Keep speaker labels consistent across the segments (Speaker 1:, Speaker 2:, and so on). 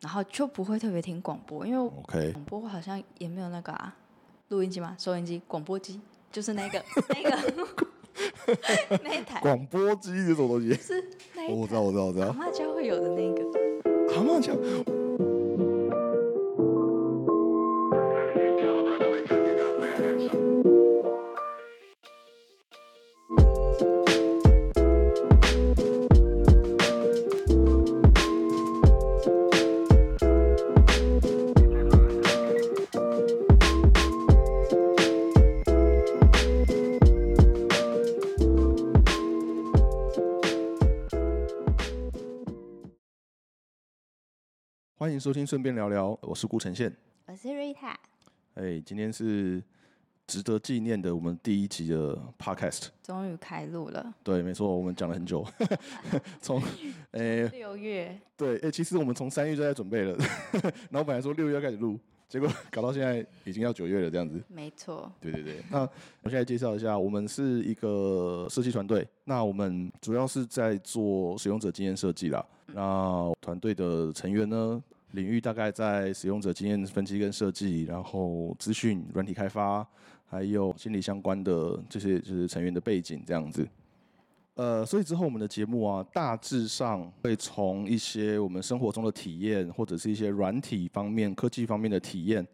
Speaker 1: 然后就不会特别听广播，因为
Speaker 2: OK，
Speaker 1: 广播好像也没有那个啊，录音机嘛，收音机、广播机，就是那个那个那一台，
Speaker 2: 广播机是什么东西？哦
Speaker 1: 是那一台，
Speaker 2: 我知道，我知道，我知
Speaker 1: 阿
Speaker 2: 道。
Speaker 1: 妈家会有的那个。
Speaker 2: 蛤蟆讲，欢迎收听，顺便聊聊，我是顾呈现。
Speaker 1: 我是 Rita，
Speaker 2: 哎，今天是值得纪念的我们第一集的 Podcast。
Speaker 1: 终于开录了，
Speaker 2: 对，没错，我们讲了很久， 从哎
Speaker 1: 六月
Speaker 2: 对哎，其实我们从三月就在准备了， 然后本来说六月要开始录，结果搞到现在已经要九月了，这样子。
Speaker 1: 没错，
Speaker 2: 对对对， 那我现在介绍一下，我们是一个设计团队，那我们主要是在做使用者经验设计啦。那团队的成员呢，领域大概在使用者经验分析跟设计，然后资讯、软体开发，还有心理相关的这些就是成员的背景这样子。呃，所以之后我们的节目啊，大致上会从一些我们生活中的体验，或者是一些软体方面、科技方面的体验，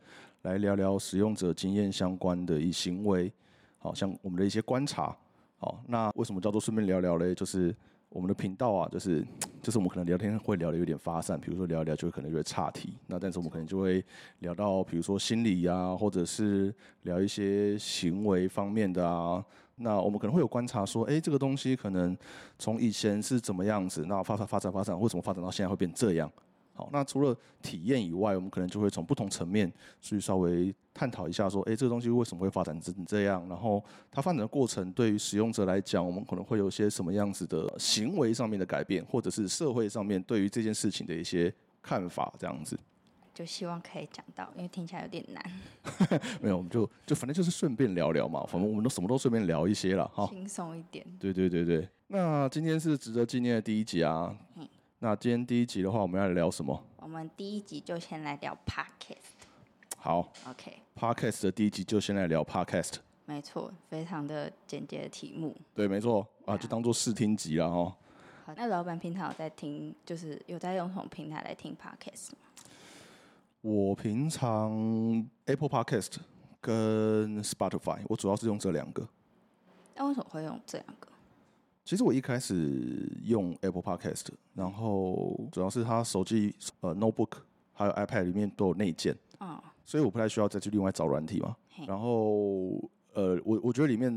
Speaker 2: 来聊聊使用者经验相关的一行为，好像我们的一些观察。好，那为什么叫做顺便聊聊嘞？就是我们的频道啊，就是就是我们可能聊天会聊的有点发散，比如说聊一聊就可能就会岔题，那但是我们可能就会聊到比如说心理啊，或者是聊一些行为方面的啊。那我们可能会有观察说，哎，这个东西可能从以前是怎么样子，那发展发展发展，为什么发展到现在会变这样？好，那除了体验以外，我们可能就会从不同层面去稍微探讨一下，说，诶，这个东西为什么会发展成这样？然后它发展的过程对于使用者来讲，我们可能会有一些什么样子的行为上面的改变，或者是社会上面对于这件事情的一些看法，这样子。
Speaker 1: 就希望可以讲到，因为听起来有点难，
Speaker 2: 没有，我们就就反正就是顺便聊聊嘛，反正我们都什么都顺便聊一些了哈。
Speaker 1: 轻松一点。
Speaker 2: 对对对对，那今天是值得纪念的第一集啊。那今天第一集的话，我们要聊什么？
Speaker 1: 我们第一集就先来聊 Podcast，OK，、
Speaker 2: 好
Speaker 1: OK
Speaker 2: ，Podcast 的第一集就先来聊 Podcast。
Speaker 1: 没错，非常的简洁的题目。
Speaker 2: 对，没错啊，就当做试听集了哦。
Speaker 1: 好，那老板平常有在听，就是有在用什么平台来听 Podcast 吗？
Speaker 2: 我平常 Apple Podcast 跟 Spotify，我主要是用这两个。
Speaker 1: 那为什么会用这两个？
Speaker 2: 其实我一开始用 Apple Podcast，然后主要是它手机呃 Notebook 还有 iPad 里面都有内建，
Speaker 1: 哦，
Speaker 2: 所以我不太需要再去另外找软体嘛
Speaker 1: 嘿。
Speaker 2: 然后呃，我我觉得里面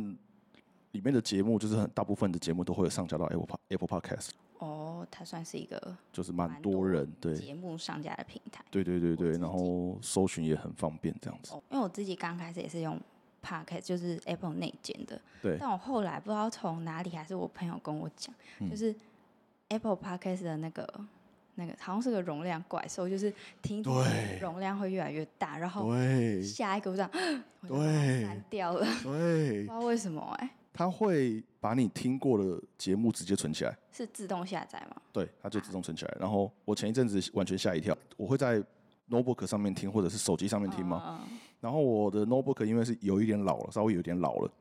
Speaker 2: 里面的节目就是很大部分的节目都会上架到 Apple Pa- Apple Podcast，
Speaker 1: 哦，它算是一个
Speaker 2: 就是
Speaker 1: 蛮
Speaker 2: 蛮
Speaker 1: 多
Speaker 2: 多人对
Speaker 1: 节目上架的平台。
Speaker 2: 对对对对，
Speaker 1: 自己
Speaker 2: 然后搜寻也很方便这样子。
Speaker 1: 哦，因为我自己刚开始也是用 Podcast，就是 Apple 内建的，
Speaker 2: 对
Speaker 1: 但我后来不知道从哪里，还是我朋友跟我讲，就是 Apple Podcast 的那个那个好像是个容量怪兽，就是听一听
Speaker 2: 对
Speaker 1: 容量会越来越大，然后
Speaker 2: 对
Speaker 1: 下一个我想 我就把它
Speaker 2: 对
Speaker 1: 删掉了，不
Speaker 2: 对
Speaker 1: 知，道为什么哎、
Speaker 2: 它会把你听过的节目直接存起来，
Speaker 1: 是自动下载吗？
Speaker 2: 对，它就自动存起来。然后我前一阵子完全吓一跳，我会在 notebook 上面听，或者是手机上面听吗？
Speaker 1: 嗯？嗯
Speaker 2: 然后我的 notebook 因为是有一点老了，稍微有一点老了，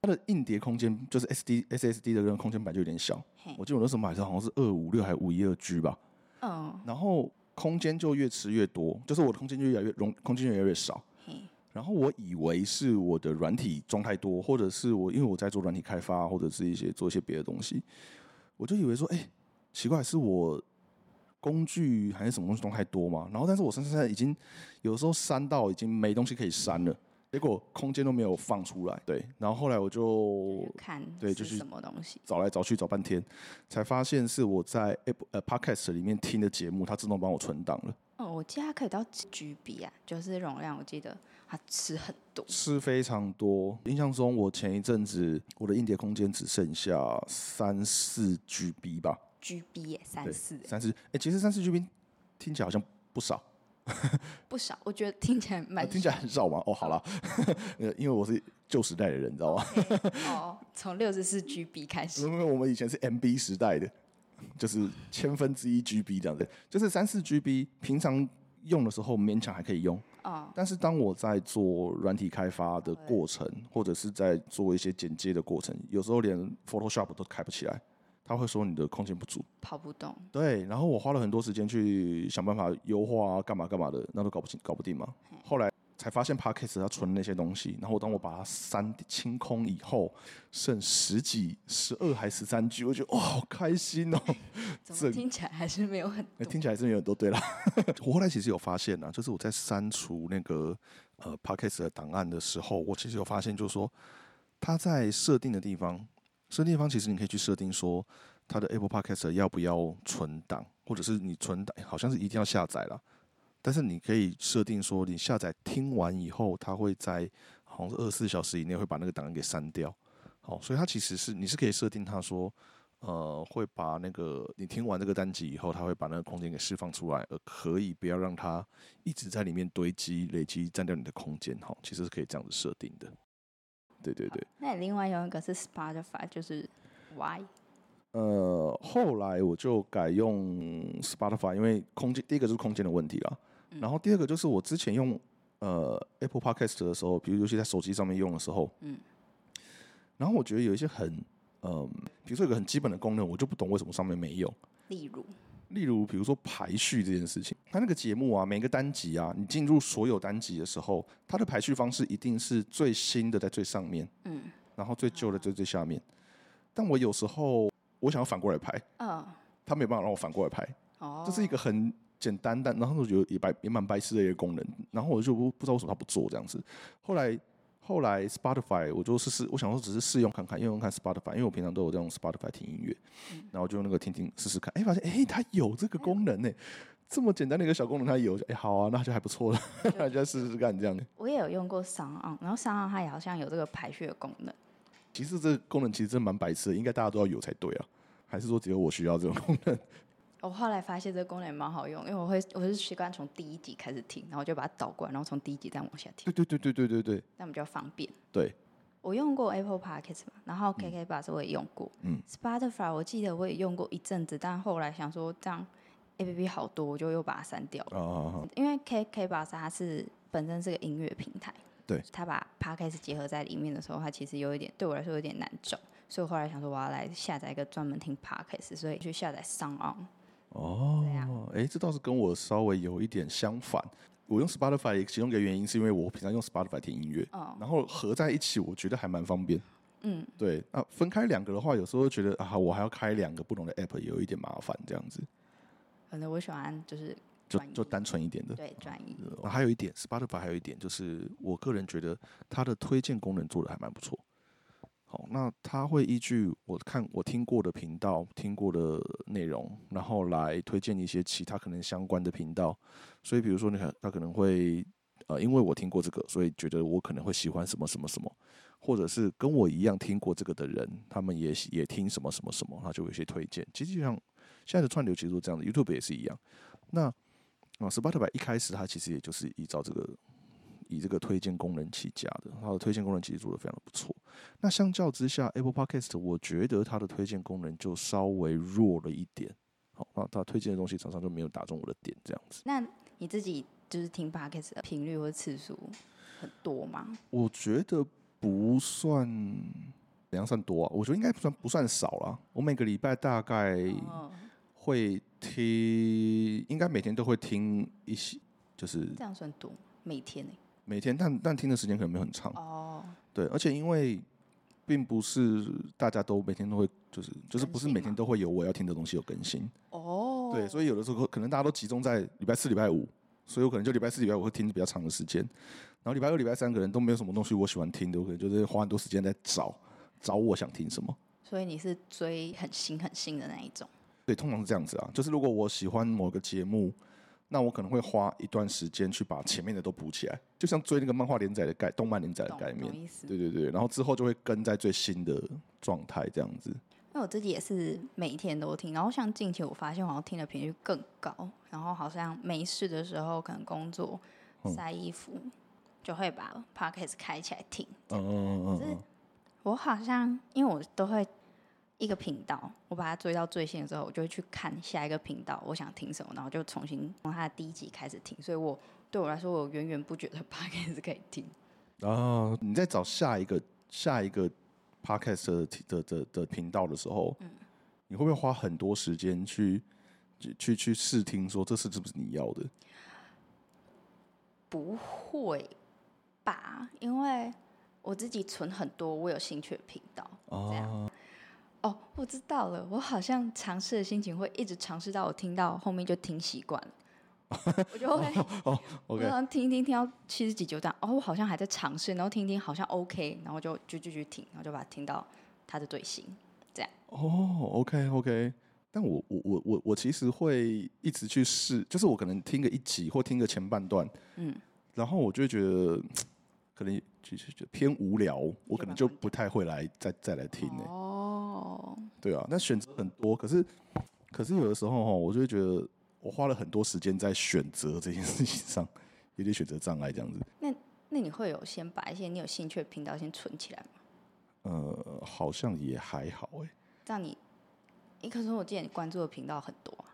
Speaker 2: 它的硬碟空间就是 SD SSD 的那个空间版就有点小
Speaker 1: 嘿。
Speaker 2: 我记得我那时候买的时候好像是二五六还五一二 G 吧，
Speaker 1: 嗯，
Speaker 2: 然后空间就越吃越多，就是我的空间就越来越容，空间越来越少。
Speaker 1: 嘿，
Speaker 2: 然后我以为是我的软体装太多，或者是我因为我在做软体开发，或者是一些做一些别的东西，我就以为说，哎、奇怪，是我工具还是什么东西装太多嘛？然后，但是我现在已经有时候删到已经没东西可以删了，结果空间都没有放出来。对，然后后来我就
Speaker 1: 就看
Speaker 2: 对
Speaker 1: 是
Speaker 2: 就是
Speaker 1: 什么东西，
Speaker 2: 找来找去找半天，才发现是我在 Apple 呃 Podcast 里面听的节目，它自动帮我存档了，
Speaker 1: 哦，我记得它可以到几 GB 啊，就是容量，我记得它吃很多，
Speaker 2: 是非常多。印象中，我前一阵子我的硬碟空间只剩下三四 GB 吧，
Speaker 1: GB 耶、三
Speaker 2: 对
Speaker 1: 四耶
Speaker 2: 三四哎，其实三四 GB 听起来好像不少，
Speaker 1: 不少，我觉得听起来蛮
Speaker 2: 呃听起来很少嘛。哦，好了，呃 因为我是旧时代的人，你知道吗？
Speaker 1: 哦，从六十四 GB 开始
Speaker 2: 因为我们以前是 MB 时代的，就是千分之一 GB 这样子，就是三四 GB，平常用的时候勉强还可以用。
Speaker 1: 哦，
Speaker 2: 但是当我在做软体开发的过程，或者是在做一些剪接的过程，有时候连 Photoshop 都开不起来，他会说你的空间不足。
Speaker 1: 跑不动，
Speaker 2: 对，然后我花了很多时间去想办法优化啊，干嘛干嘛的，那都搞不清搞不定嘛。后来才发现 Podcast 它存那些东西，然后当我把它删清空以后，剩十几、十二还十三句，我觉得哇、好开心哦！
Speaker 1: 怎
Speaker 2: 这
Speaker 1: 么听起来还是没有很
Speaker 2: 哎
Speaker 1: 多？
Speaker 2: 听起来是有很多对啦。 我后来其实有发现啊，就是我在删除那个呃 Podcast 的档案的时候，我其实有发现，就是说它在设定的地方，设定地方其实你可以去设定说它的 Apple Podcast 要不要存档，或者是你存档哎好像是一定要下载啦，但是你可以设定说你下载听完以后，它会在好像是二十四小时以内会把那个档案给删掉。好，所以它其实是你是可以设定它说，呃，会把那个你听完这个单集以后，它会把那个空间给释放出来，而可以不要让它一直在里面堆积、累积占掉你的空间。哈，其实是可以这样子设定的。对对对。
Speaker 1: 那你另外有一个是 Spotify，就是 Why？
Speaker 2: 呃，后来我就改用 Spotify，因为空间第一个就是空间的问题啦，然后第二个就是我之前用呃 Apple Podcast 的时候，比如尤其在手机上面用的时候，
Speaker 1: 嗯，
Speaker 2: 然后我觉得有一些很嗯、比如说有个很基本的功能，我就不懂为什么上面没有。
Speaker 1: 例如，
Speaker 2: 例如，比如说排序这件事情，它那个节目啊，每个单集啊，你进入所有单集的时候，它的排序方式一定是最新的在最上面，
Speaker 1: 嗯
Speaker 2: 然后最旧的在最下面。但我有时候我想要反过来排，
Speaker 1: 嗯，
Speaker 2: 它没有办法让我反过来排，
Speaker 1: 哦，
Speaker 2: 这是一个很简单但然后我觉得也白也蛮白痴的一个功能，然后我就不不知道为什么它不做这样子。后来后来 Spotify 我就是试，我想说只是试用看看，用用看 Spotify，因为我平常都有在用 Spotify 听音乐，然后就用那个听听试试看，哎、发现哎、它有这个功能呢、这么简单的一个小功能它有，哎、好啊，那就还不错了，那就试试看这样。
Speaker 1: 我也有用过 s o n On，然后 s o n On 它也好像有这个排序的功能，
Speaker 2: 其实这个功能其实真蛮白痴的，应该大家都要有才对啊，还是说只有我需要这种功能？
Speaker 1: 我后来发现这个功能也蛮好用，因为我会我是习惯从第一集开始听，然后就把它倒过来，然后从第一集再往下听，
Speaker 2: 对对对对对对对
Speaker 1: 这样比较方便。
Speaker 2: 对，
Speaker 1: 我用过 Apple Podcast 嘛，然后 KK Bus 我也用过，
Speaker 2: 嗯
Speaker 1: ，Spotify 我记得我也用过一阵子，但后来想说这样 APP 好多，我就又把它删掉了。
Speaker 2: 啊啊啊！
Speaker 1: 因为 KK Bus 它是本身是个音乐平台，
Speaker 2: 对，
Speaker 1: 它把 Podcast 结合在里面的时候，它其实有一点对我来说有点难找，所以我后来想说我要来下载一个专门听 Podcast，所以去下载 Sound On。
Speaker 2: 哦
Speaker 1: 对啊，
Speaker 2: 哎、这倒是跟我稍微有一点相反。我用 Spotify 其中一个原因是因为我平常用 Spotify 听音乐，
Speaker 1: 哦
Speaker 2: 然后合在一起我觉得还蛮方便。
Speaker 1: 嗯，
Speaker 2: 对，那分开两个的话，有时候觉得啊，我还要开两个不同的 App，有一点麻烦，这样子
Speaker 1: 可能我喜欢就是
Speaker 2: 就
Speaker 1: 专一
Speaker 2: 就单纯一点的。
Speaker 1: 对专一，
Speaker 2: 呃还有一点，Spotify 还有一点就是，我个人觉得它的推荐功能做的还蛮不错。好，那它会依据我看我听过的频道、听过的内容，然后来推荐一些其他可能相关的频道。所以，比如说，你看，它可能会呃，因为我听过这个，所以觉得我可能会喜欢什么什么什么，或者是跟我一样听过这个的人，他们也喜也听什么什么什么，它就有一些推荐。其实就像现在的串流其实都这样的，YouTube 也是一样。那啊，Spotify 一开始它其实也就是依照这个以这个推荐功能起家的，它的推荐功能其实做的非常的不错。那相较之下，Apple Podcast 我觉得它的推荐功能就稍微弱了一点。好，那它推荐的东西常常就没有打中我的点，这样子。
Speaker 1: 那你自己就是听 podcast 的频率或次数很多吗？
Speaker 2: 我觉得不算，怎样算多啊？我觉得应该不算不算少啦。我每个礼拜大概
Speaker 1: 哦，
Speaker 2: 会听，应该每天都会听一些，就是
Speaker 1: 这样算多，每天呢、欸
Speaker 2: 每天，但但听的时间可能没有很长。
Speaker 1: 哦，
Speaker 2: 对，而且因为并不是大家都每天都会，就是就是不是
Speaker 1: 更新
Speaker 2: 每天
Speaker 1: 嘛
Speaker 2: 都会有我要听的东西有更新。
Speaker 1: 哦，
Speaker 2: 对，所以有的时候可能大家都集中在礼拜四、礼拜五，所以我可能就礼拜四、礼拜五会听比较长的时间，然后礼拜二、礼拜三可能都没有什么东西我喜欢听的，我可能就是花很多时间在找找我想听什么。
Speaker 1: 所以你是追很新很新的那一种，
Speaker 2: 对，通常是这样子啊，就是如果我喜欢某个节目，那我可能会花一段时间去把前面的都补起来，就像追那个漫画连载的概、动漫连载的
Speaker 1: 懂
Speaker 2: 概念
Speaker 1: 懂。意思？
Speaker 2: 对对对，然后之后就会跟在最新的状态这样子。
Speaker 1: 因为我自己也是每天都听，然后像近期我发现我好像听的频率更高，然后好像没事的时候可能工作、晒衣服，就会把
Speaker 2: 嗯
Speaker 1: podcast 开起来听。
Speaker 2: 嗯嗯嗯嗯
Speaker 1: 我好像因为我都会一一个频道，我把它追到最新的时候，我就会去看下一个频道，我想听什么，然后就重新从它的第一集开始听。所以我对我来说，我源源不绝的 podcast 可以听。
Speaker 2: 然后啊你在找下一个下一个 podcast 的的的的频道的时候，你会不会花很多时间去去去去试听，说这是是不是你要的？
Speaker 1: 不会吧？因为我自己存很多我有兴趣的频道，这样。哦，我知道了，我好像尝试的心情会一直尝试到我听到后面就听习惯了，我就会
Speaker 2: 哦
Speaker 1: 我
Speaker 2: ，OK，
Speaker 1: 好像听一听听到七十几就这样，哦，我好像还在尝试，然后听一听好像 OK，然后就就就就听，然后就把它听到它的最新。
Speaker 2: 哦，OK OK，但我我我我我其实会一直去试，就是我可能听个一集或听个前半段，
Speaker 1: 嗯，
Speaker 2: 然后我就会觉得可能其实就偏无聊，我可能就
Speaker 1: 慢慢
Speaker 2: 不太会来再再来听呢、欸
Speaker 1: 哦，
Speaker 2: 对啊，那选择很多，可是可是有的时候哈，我就会觉得我花了很多时间在选择这件事情上， 有点选择障碍这样子。
Speaker 1: 那你会有先把一些你有兴趣的频道先存起来吗？
Speaker 2: 呃，好像也还好哎、
Speaker 1: 这样你，你可是我记得你关注的频道很多啊。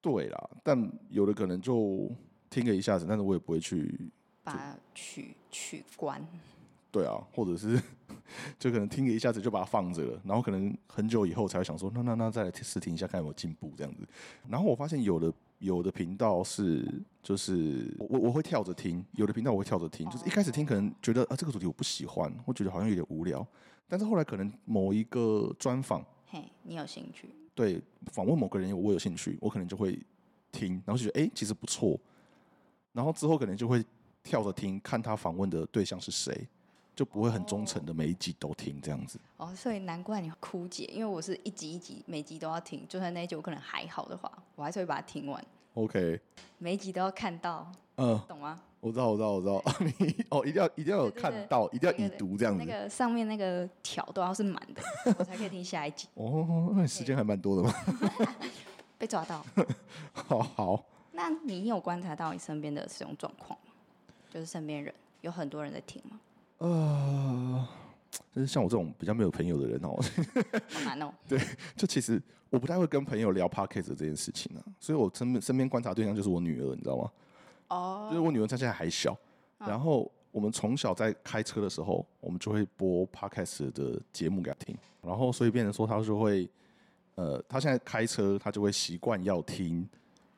Speaker 2: 对啦，但有的可能就听了一下子，但是我也不会去，
Speaker 1: 把它取取关，
Speaker 2: 对啊，或者是 就可能听了一下子就把它放着了，然后可能很久以后才会想说，那那那再来试听一下，看有没有进步这样子。然后我发现有的有的频道是就是我我我会跳着听，有的频道我会跳着听，就是一开始听可能觉得啊这个主题我不喜欢，我觉得好像有点无聊，但是后来可能某一个专访
Speaker 1: 嘿，你有兴趣？
Speaker 2: 对访问某个人我有兴趣，我可能就会听，然后就觉得哎、诶其实不错，然后之后可能就会跳着听，看他访问的对象是谁，就不会很忠诚的每一集都听这样子。
Speaker 1: 哦，所以难怪你枯竭，因为我是一集一集，每集都要听，就算那一集我可能还好的话，我还是会把它听完，
Speaker 2: OK，
Speaker 1: 每一集都要看到，
Speaker 2: 嗯、
Speaker 1: 懂吗？
Speaker 2: 我知道，我知道，我知 道，你哦一定要一定要有
Speaker 1: 对对
Speaker 2: 看
Speaker 1: 对
Speaker 2: 到，一定要
Speaker 1: 那
Speaker 2: 已
Speaker 1: 个
Speaker 2: 读这样
Speaker 1: 那
Speaker 2: 子。
Speaker 1: 个上面那个条都要是满的，我才可以听下一集。
Speaker 2: 哦，那你时间还蛮多的嘛。
Speaker 1: 被抓到，
Speaker 2: 好好，
Speaker 1: 那你有观察到你身边的使用状况吗？就是身边人有很多人在听吗？
Speaker 2: 呃，就是像我这种比较没有朋友的人哦，
Speaker 1: 好难哦。
Speaker 2: 就其实我不太会跟朋友聊 podcast 这件事情啊，所以我身边身边观察对象就是我女儿，你知道吗？
Speaker 1: 哦，
Speaker 2: 就是我女儿她现在还小，
Speaker 1: 嗯
Speaker 2: 然后我们从小在开车的时候，我们就会播 podcast 的节目给她听，然后所以变成说她就会，呃，她现在开车，她就会习惯要听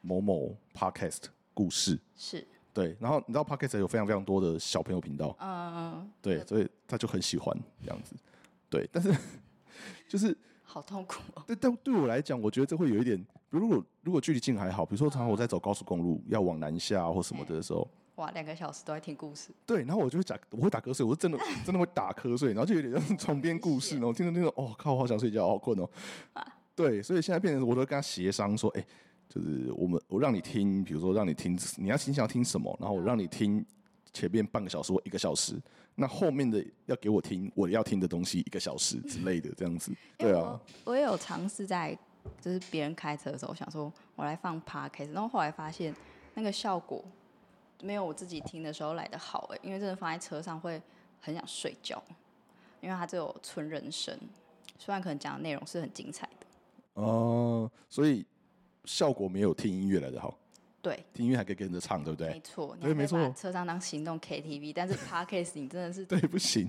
Speaker 2: 某某 podcast 故事，
Speaker 1: 是，
Speaker 2: 对，然后你知道 podcast 有非常非常多的小朋友频道，
Speaker 1: 嗯，
Speaker 2: 对，所以她就很喜欢这样子，对，但是 就是
Speaker 1: 好痛苦哦。
Speaker 2: 对，但对我来讲，我觉得这会有一点，比如如果如果距离近还好，比如说常常我在走高速公路要往南下或什么的时候。
Speaker 1: 哇，两个小时都在听故事，
Speaker 2: 对，然后我就会打，我会打瞌睡，我是真的真的会打瞌睡，然后就有点像床边故事，
Speaker 1: 险
Speaker 2: 然后听着听着，哦靠，我好想睡觉，好困哦。 对，所以现在变成我都跟他协商说，哎、就是我们我让你听，比如说让你听，你要你想要听什么，然后我让你听前面半个小时或一个小时，那后面的要给我听我要听的东西一个小时之类的，这样子。
Speaker 1: 因
Speaker 2: 对
Speaker 1: 为
Speaker 2: 啊，
Speaker 1: 哎我也有尝试在，就是别人开车的时候，想说我来放 podcast，然后后来发现那个效果没有我自己听的时候来的好哎、因为真的放在车上会很想睡觉，因为它只有纯人声，虽然可能讲的内容是很精彩的，
Speaker 2: 哦、所以效果没有听音乐来的好，
Speaker 1: 对，
Speaker 2: 听音乐还可以跟着唱，对不对
Speaker 1: 没？错，你还
Speaker 2: 对
Speaker 1: 可
Speaker 2: 没
Speaker 1: 以把
Speaker 2: 错
Speaker 1: 车上当行动 KTV，但是 podcast 你真的是
Speaker 2: 对，不行。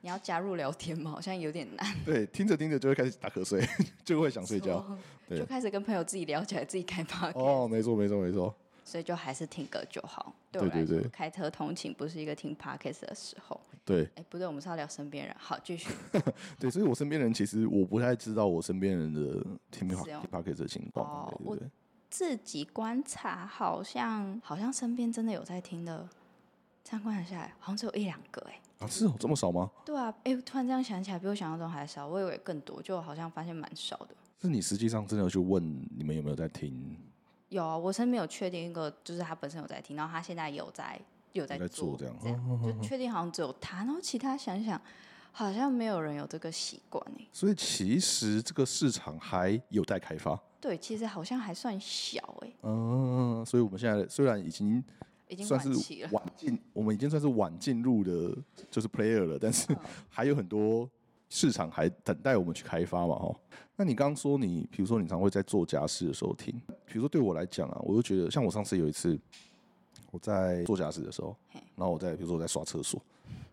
Speaker 1: 你要加入聊天吗？好像有点难，
Speaker 2: 对，听着听着就会开始打瞌睡， 就会想睡觉。对
Speaker 1: 就开始跟朋友自己聊起来，自己 开 podcast，、
Speaker 2: 哦，没错，没错，没错。
Speaker 1: 所以就还是听歌就好。对
Speaker 2: 对
Speaker 1: 我来
Speaker 2: 对
Speaker 1: 说，
Speaker 2: 对
Speaker 1: 开车通勤不是一个听 podcast 的时候。
Speaker 2: 对
Speaker 1: 哎，不对，我们是要聊身边人。好，继续。
Speaker 2: 对，所以我身边人其实我不太知道我身边人的听
Speaker 1: 使
Speaker 2: p o
Speaker 1: 用
Speaker 2: c k e t 的情
Speaker 1: 哦
Speaker 2: 况，对
Speaker 1: 我
Speaker 2: 对对。
Speaker 1: 自己观察，好像好像身边真的有在听的，这样观察下来，好像只有一两个哎。
Speaker 2: 啊，是哦，这么少吗？
Speaker 1: 对啊，哎，突然这样想起来，比我想象中还少。我以为更多，就好像发现蛮少的。
Speaker 2: 是你实际上真的有去问你们有没有在听，
Speaker 1: 有啊，我身边有确定一个，就是他本身有在听，然后他现在有在有在
Speaker 2: 有在
Speaker 1: 做
Speaker 2: 做这样哦
Speaker 1: 这样 就确定好像只有他，然后其他想一想，好像没有人有这个习惯哎。
Speaker 2: 所以其实这个市场还有待开发。
Speaker 1: 对，其实好像还算小哎、
Speaker 2: 嗯，所以我们现在虽然已经
Speaker 1: 已经
Speaker 2: 算
Speaker 1: 晚
Speaker 2: 是
Speaker 1: 期了。嗯
Speaker 2: 晚进，我们已经算是晚进入的，就是 player 了，但是还有很多市场还等待我们去开发嘛，哈。那你刚刚说你，比如说你常会在做家事的时候听，比如说对我来讲啊，我就觉得，像我上次有一次我在做家事的时候，然后我在比如说我在刷厕所，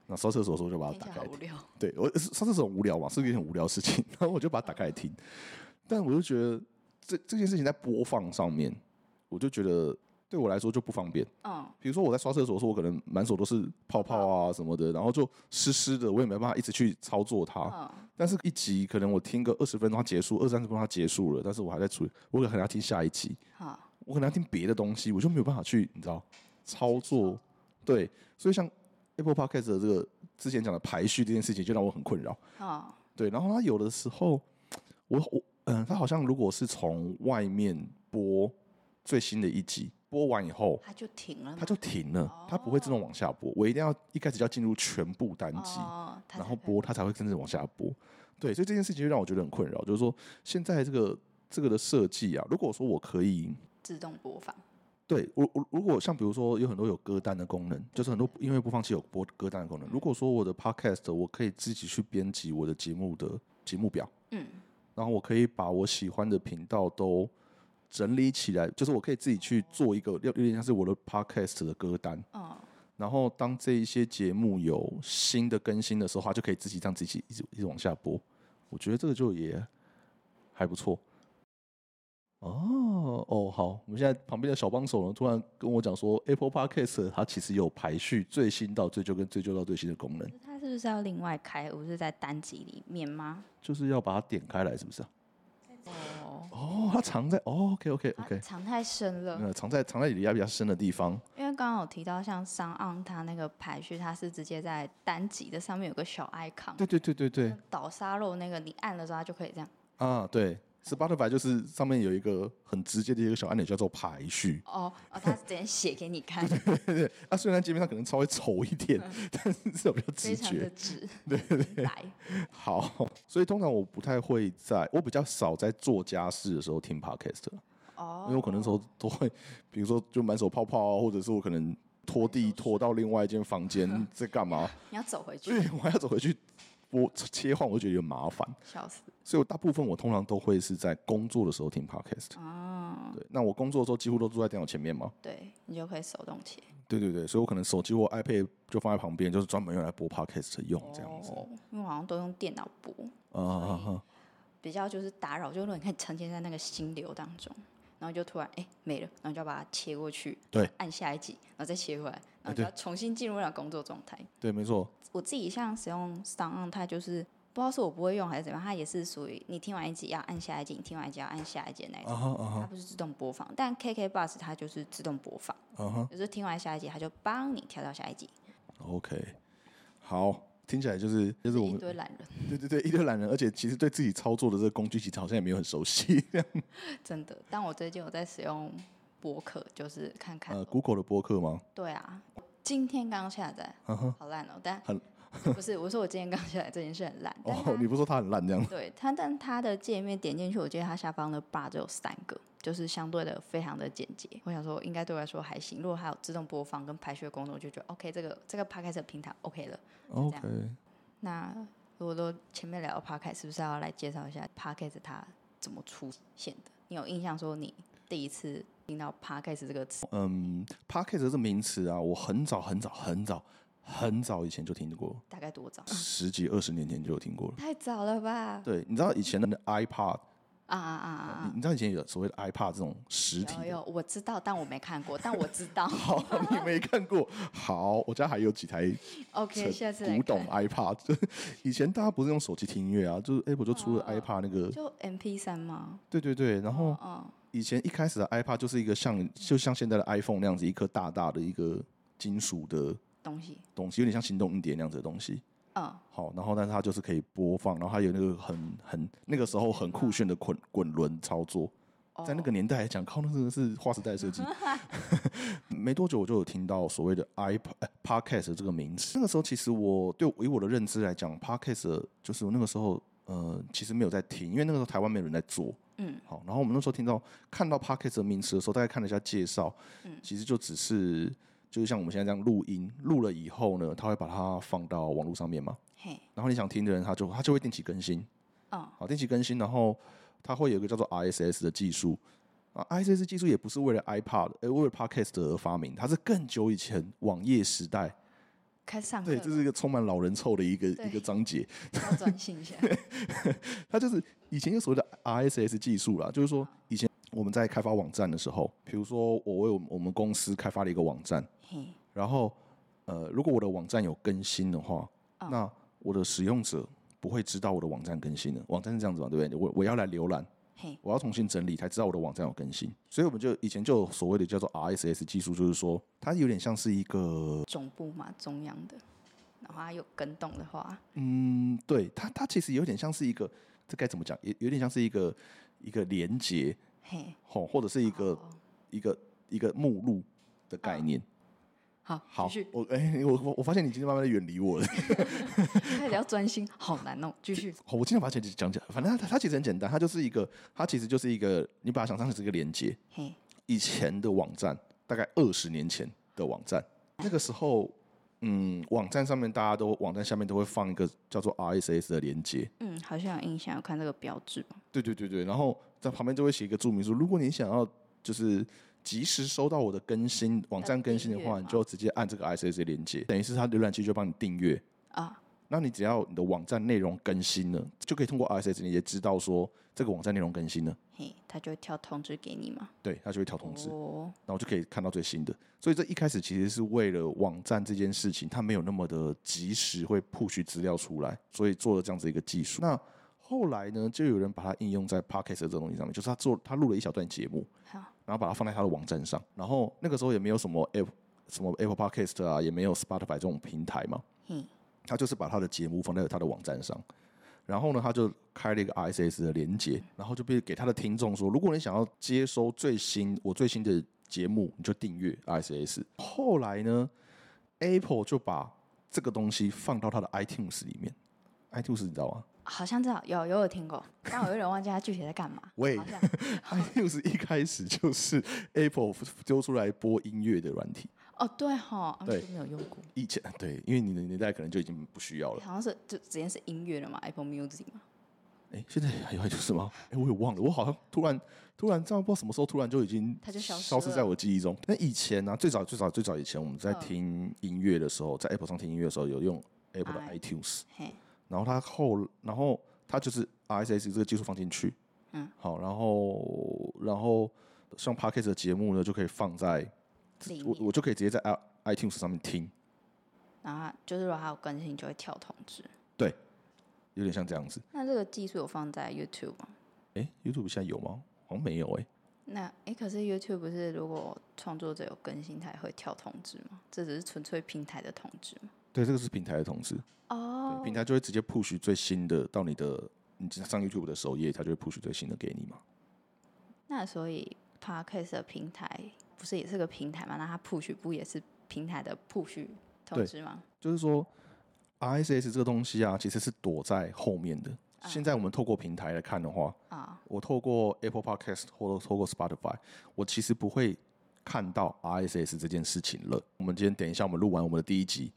Speaker 2: 那刷厕所的时候我就把它
Speaker 1: 听
Speaker 2: 打
Speaker 1: 起来
Speaker 2: 开
Speaker 1: 好
Speaker 2: 来
Speaker 1: 无聊。
Speaker 2: 对我上厕所很无聊嘛，是一件很无聊的事情， 然后我就把它打开来听，但我就觉得这这件事情在播放上面，我就觉得对我来说就不方便。
Speaker 1: 嗯，
Speaker 2: 比如说我在刷厕所的时候，我可能满手都是泡泡啊什么的，然后就湿湿的，我也没办法一直去操作
Speaker 1: 嗯
Speaker 2: 它。但是一集可能我听个二十分钟它结束，二三十分钟它结束了，但是我还在处理，我可能要听下一集，
Speaker 1: 好，
Speaker 2: 我可能要听别的东西，我就没有办法去你知道操作。对，所以像 Apple Podcast 的这个之前讲的排序这件事情，就让我很困扰。
Speaker 1: 嗯，
Speaker 2: 对，然后它有的时候，我我嗯，它好像如果是从外面播最新的一集，播完以后，
Speaker 1: 他就停了嘛，
Speaker 2: 它就停了，它不会自动往下播。我一定要一开始就要进入全部单集，
Speaker 1: 哦，他
Speaker 2: 然
Speaker 1: 才
Speaker 2: 后
Speaker 1: 可以
Speaker 2: 播，它才会真正往下播。对，所以这件事情就让我觉得很困扰，就是说现在这个这个的设计啊，如果说我可以。
Speaker 1: 自动播放。
Speaker 2: 对我，我如果像比如说有很多有歌单的功能，就是很多因为播放器有播歌单的功能。如果说我的 podcast 我可以自己去编辑我的节目的节目表，
Speaker 1: 嗯，
Speaker 2: 然后我可以把我喜欢的频道都整理起来，就是我可以自己去做一个，有有点像是我的 podcast 的歌单。
Speaker 1: 嗯，
Speaker 2: 然后当这一些节目有新的更新的时候，它就可以自己让自己一直一直往下播。我觉得这个就也还不错。哦哦，好，我们现在旁边的小帮手呢，突然跟我讲说，Apple Podcast 它其实有排序最新到最旧跟最旧到最新的功能，
Speaker 1: 他是不是要另外开？不是在单集里面吗？
Speaker 2: 就是要把它点开来，是不是啊？
Speaker 1: 哦，
Speaker 2: 哦，它藏在哦，OK OK
Speaker 1: 啊
Speaker 2: OK，
Speaker 1: 藏太深了。
Speaker 2: 呃，藏在藏在离家比较深的地方。
Speaker 1: 因为刚刚有提到，像商岸它那个排序，它是直接在单集的上面有个小 icon，
Speaker 2: 对对对对对，
Speaker 1: 倒沙漏那个，你按了之后它就可以这样。
Speaker 2: 啊对，Spotify 就是上面有一个很直接的一个小按钮叫做排序。
Speaker 1: 哦哦，它直接写给你看，
Speaker 2: 啊，虽然界面上可能稍微丑一点，但是至少比较
Speaker 1: 非
Speaker 2: 直
Speaker 1: 常的
Speaker 2: 觉。
Speaker 1: 直，对对白。
Speaker 2: 好，所以通常我不太会在，我比较少在做家事的时候听 podcast，啦因
Speaker 1: 哦，
Speaker 2: 为我可能时候都会，比如说就满手泡泡啊，或者是我可能拖地拖到另外一间房 间在干嘛，
Speaker 1: 你要走回
Speaker 2: 所
Speaker 1: 去，
Speaker 2: 以我还要走回去播切换，我就觉得有点麻烦。
Speaker 1: 笑死。
Speaker 2: 所以我大部分我通常都会是在工作的时候听 podcast。
Speaker 1: 哦，
Speaker 2: 对，那我工作的时候几乎都坐在电脑前面嘛，
Speaker 1: 对你就可以手动切。
Speaker 2: 对对对，所以我可能手机或 iPad 就放在旁边，就是专门用来播 podcast 用这样子。
Speaker 1: 哦，因为我好像都用电脑播，
Speaker 2: 啊啊啊！啊
Speaker 1: 比较就是打扰，就是你看沉浸在那个心流当中，然后就突然哎、没了，然后就要把它切过去，
Speaker 2: 对，
Speaker 1: 按下一集，然后再切回来，然后就
Speaker 2: 对
Speaker 1: 要重新进入那个工作状态。
Speaker 2: 对，没错，
Speaker 1: 我自己像使用 s o n 它就是不知道是我不会用还是怎么样，它也是属于你听完一集要按下一集，你听完一集要按下一集的那一
Speaker 2: 啊
Speaker 1: 种。
Speaker 2: 哈啊
Speaker 1: 它
Speaker 2: 哈
Speaker 1: 不是自动播放，但 KK Bus 它就是自动播放，
Speaker 2: 啊哈
Speaker 1: 就是听完下一集，它就帮你跳到下一集。
Speaker 2: ，OK，好，听起来就是就是我
Speaker 1: 一
Speaker 2: 们
Speaker 1: 堆懒人，
Speaker 2: 对对对一堆懒人，而且其实对自己操作的这个工具其实好像也没有很熟悉。
Speaker 1: 真的。但我最近有在使用播客，就是看看
Speaker 2: 呃，Google 的播客吗？
Speaker 1: 对啊，今天刚下载，好烂哦！但
Speaker 2: 很
Speaker 1: 不是，我说我今天刚下载这件事很烂。但它
Speaker 2: 哦，你不是说它很烂这样？
Speaker 1: 对它，但它的界面点进去，我记得它下方的 bar 只有三个，就是相对的非常的简洁。我想说，应该对我来说还行。如果还有自动播放跟排序的功能，我就觉得 OK，这个这个 podcast 的平台 OK 了。
Speaker 2: OK，
Speaker 1: 那如果都前面聊到 podcast，是不是要来介绍一下 podcast 它怎么出现的？你有印象说你第一次听到 podcast 这个词？
Speaker 2: 嗯 p o c k e t 这个名词啊，我很早很早很早很早以前就听过，
Speaker 1: 大概 多早？
Speaker 2: 十几二十年前就有听过了。
Speaker 1: 太早了吧？
Speaker 2: 对，你知道以前的 iPod，
Speaker 1: 啊啊啊啊！啊
Speaker 2: 你你知道以前有所谓的 iPod 这种实体
Speaker 1: 有
Speaker 2: 的，
Speaker 1: 有，我知道，但我没看过，但我知道。
Speaker 2: 好，你没看过，好，我家还有几台
Speaker 1: OK，下次来
Speaker 2: 古董啊
Speaker 1: 看
Speaker 2: iPad，就是以前大家不是用手机听音乐啊，就是 Apple 就出了 iPad 那个，
Speaker 1: 嗯就 MP 三吗？
Speaker 2: 对对对。然后
Speaker 1: 嗯，
Speaker 2: 以前一开始的 iPad 就是一个像就像现在的 iPhone 那样子，一颗大大的一个金属的
Speaker 1: 东西，
Speaker 2: 东西，有点像行动硬碟那样子的东西。
Speaker 1: 嗯，
Speaker 2: 好，然后但是它就是可以播放，然后它有那个很很那个时候很酷炫的滚滚轮操作，
Speaker 1: 哦
Speaker 2: 在那个年代来讲，靠，那真的是 划时代的设计。没多久我就有听到所谓的 iPod、呃 podcast 这个名词。那个时候其实我对以我的认知来讲，podcast 就是我那个时候呃其实没有在听，因为那个时候台湾没有人在做。
Speaker 1: 嗯，
Speaker 2: 好，然后我们那时候听到看到 podcast 的名词的时候，大概看了一下介绍，嗯，其实就只是就是像我们现在这样录音，录了以后呢，他会把它放到网络上面嘛，
Speaker 1: 嘿，
Speaker 2: 然后你想听的人，他就他就会定期更新。
Speaker 1: 嗯，
Speaker 2: 好，定期更新，然后它会有一个叫做 RSS 的技术啊，RSS 技术也不是为了 iPod，呃，为了 Podcast 而发明，它是更久以前网页时代，
Speaker 1: 开始上课
Speaker 2: 对，
Speaker 1: 了，
Speaker 2: 这是一个充满老人臭的一个
Speaker 1: 对
Speaker 2: 一个章节，
Speaker 1: 要转型一 下。
Speaker 2: 它就是以前有所谓的 RSS 技术啦，就
Speaker 1: 嗯
Speaker 2: 是说以前我们在开发网站的时候，比如说我为我们我们公司开发了一个网站，
Speaker 1: 嘿，
Speaker 2: 然后呃，如果我的网站有更新的话，
Speaker 1: 嗯
Speaker 2: 那我的使用者不会知道我的网站更新了，网站是这样子嘛，对不对？我我要来浏览。
Speaker 1: 嘿，
Speaker 2: 我要重新整理才知道我的网站有更新，所以我们就以前就有所谓的叫做 RSS 技术，就是说它有点像是一个，
Speaker 1: 总部嘛，中央的，然后它有跟动的话，
Speaker 2: 嗯，对它它其实有点像是一个，这该怎么讲？也有点像是一个一个连接，
Speaker 1: 嘿，
Speaker 2: 吼，或者是一个、
Speaker 1: 哦
Speaker 2: 一个一个目录的概念。
Speaker 1: 好，
Speaker 2: 好
Speaker 1: 继续，
Speaker 2: 我哎、我我我发现你今天慢慢的远离我了。
Speaker 1: 开始要专心，好难哦，继 续，
Speaker 2: 好，我尽量把它简讲讲，反正它它其实很简单，它就是一个，它其实就是一个，你把它想象成是一个连接，
Speaker 1: 嘿，
Speaker 2: 以前的网站，大概二十年前的网站。那个时候，嗯，网站上面大家都网站下面都会放一个叫做 RSS 的连接，
Speaker 1: 嗯，好像有印象，有看这个标志吧，
Speaker 2: 对对对对，然后在旁边就会写一个注明说，如果你想要就是及时收到我的更新，网站更新的
Speaker 1: 要订
Speaker 2: 话，
Speaker 1: 阅
Speaker 2: 你
Speaker 1: 吗
Speaker 2: 就直接按这个 RSS 连接，等于是它浏览器就帮你订阅
Speaker 1: 啊。
Speaker 2: 那你只要你的网站内容更新了，就可以通过 RSS 连接知道说这个网站内容更新了，
Speaker 1: 嘿，它就会跳通知给你嘛。
Speaker 2: 对，它就会跳通知。
Speaker 1: 哦，
Speaker 2: 然后就可以看到最新的。所以这一开始其实是为了网站这件事情，它没有那么的及时会 push 资料出来，所以做了这样子一个技术。那后来呢，就有人把它应用在 podcast 这个东西上面，就是他做他录了一小段节目，
Speaker 1: 好
Speaker 2: 然后把它放在他的网站上。然后那个时候也没有什么 app 什么 Apple Podcast 啊，也没有 Spotify 这种平台嘛，
Speaker 1: 嘿，
Speaker 2: 他就是把他的节目放在他的网站上，然后呢，他就开了一个 RSS 的连接，然后就被给他的听众说，如果你想要接收最新我最新的节目，你就订阅 RSS。后来呢，Apple 就把这个东西放到它的 iTunes 里面，iTunes 你知道吗
Speaker 1: 好像知道，有有有听过，但我有点忘记它具体在干 嘛。
Speaker 2: 喂
Speaker 1: 好像
Speaker 2: ？iTunes 一开始就是 Apple 丢出来播音乐的软体，
Speaker 1: 哦，对哈，啊
Speaker 2: 对
Speaker 1: 都没有用过，
Speaker 2: 以前对，因为你的年代可能就已经不需要了。
Speaker 1: 好像是就直接是音乐了嘛，Apple Music 嘛。
Speaker 2: 哎，现在还有 iTunes 吗？哎，我也忘了，我好像突然突然这样，不知道什么时候突然就已经
Speaker 1: 它就消失
Speaker 2: 消失在
Speaker 1: 了
Speaker 2: 我记忆中。那以前呢、最早最早最早以前，我们在
Speaker 1: 嗯
Speaker 2: 听音乐的时候，在 Apple 上听音乐的时候，有用 Apple 的
Speaker 1: 哎
Speaker 2: iTunes，
Speaker 1: 嘿，
Speaker 2: 然后它后然后它就是 RSS 这个技术放进去，
Speaker 1: 嗯，
Speaker 2: 好，然后然后像 Podcast 的节目呢，就可以放在
Speaker 1: 里
Speaker 2: 我
Speaker 1: 面，
Speaker 2: 我就可以直接在 i iTunes 上面听，
Speaker 1: 然后它就是如果它有更新，就会跳通知。
Speaker 2: 有点像这样子。
Speaker 1: 那这个技术有放在 YouTube 吗？
Speaker 2: 哎，YouTube 现在有吗？好像没有哎、
Speaker 1: 那诶，可是 YouTube 不是如果创作者有更新，它也会跳通知吗？这只是纯粹平台的通知吗？
Speaker 2: 对，这个是平台的通知。对，
Speaker 1: 哦，
Speaker 2: 平台就会直接 push 最新的到你的你上 YouTube 的首页，它就会 push 最新的给你嘛。
Speaker 1: 那所以 Podcast 的平台不是也是个平台吗？那它 push 不也是平台的 push 通
Speaker 2: 对
Speaker 1: 知吗？
Speaker 2: 就是说，RSS 这个东西啊，其实是躲在后面的。
Speaker 1: 啊
Speaker 2: 现在我们透过平台来看的话，
Speaker 1: 啊，
Speaker 2: 我透过 Apple Podcast 或者透过 Spotify，我其实不会看到 RSS 这件事情了。我们今天等一下，我们录完我们的第一集，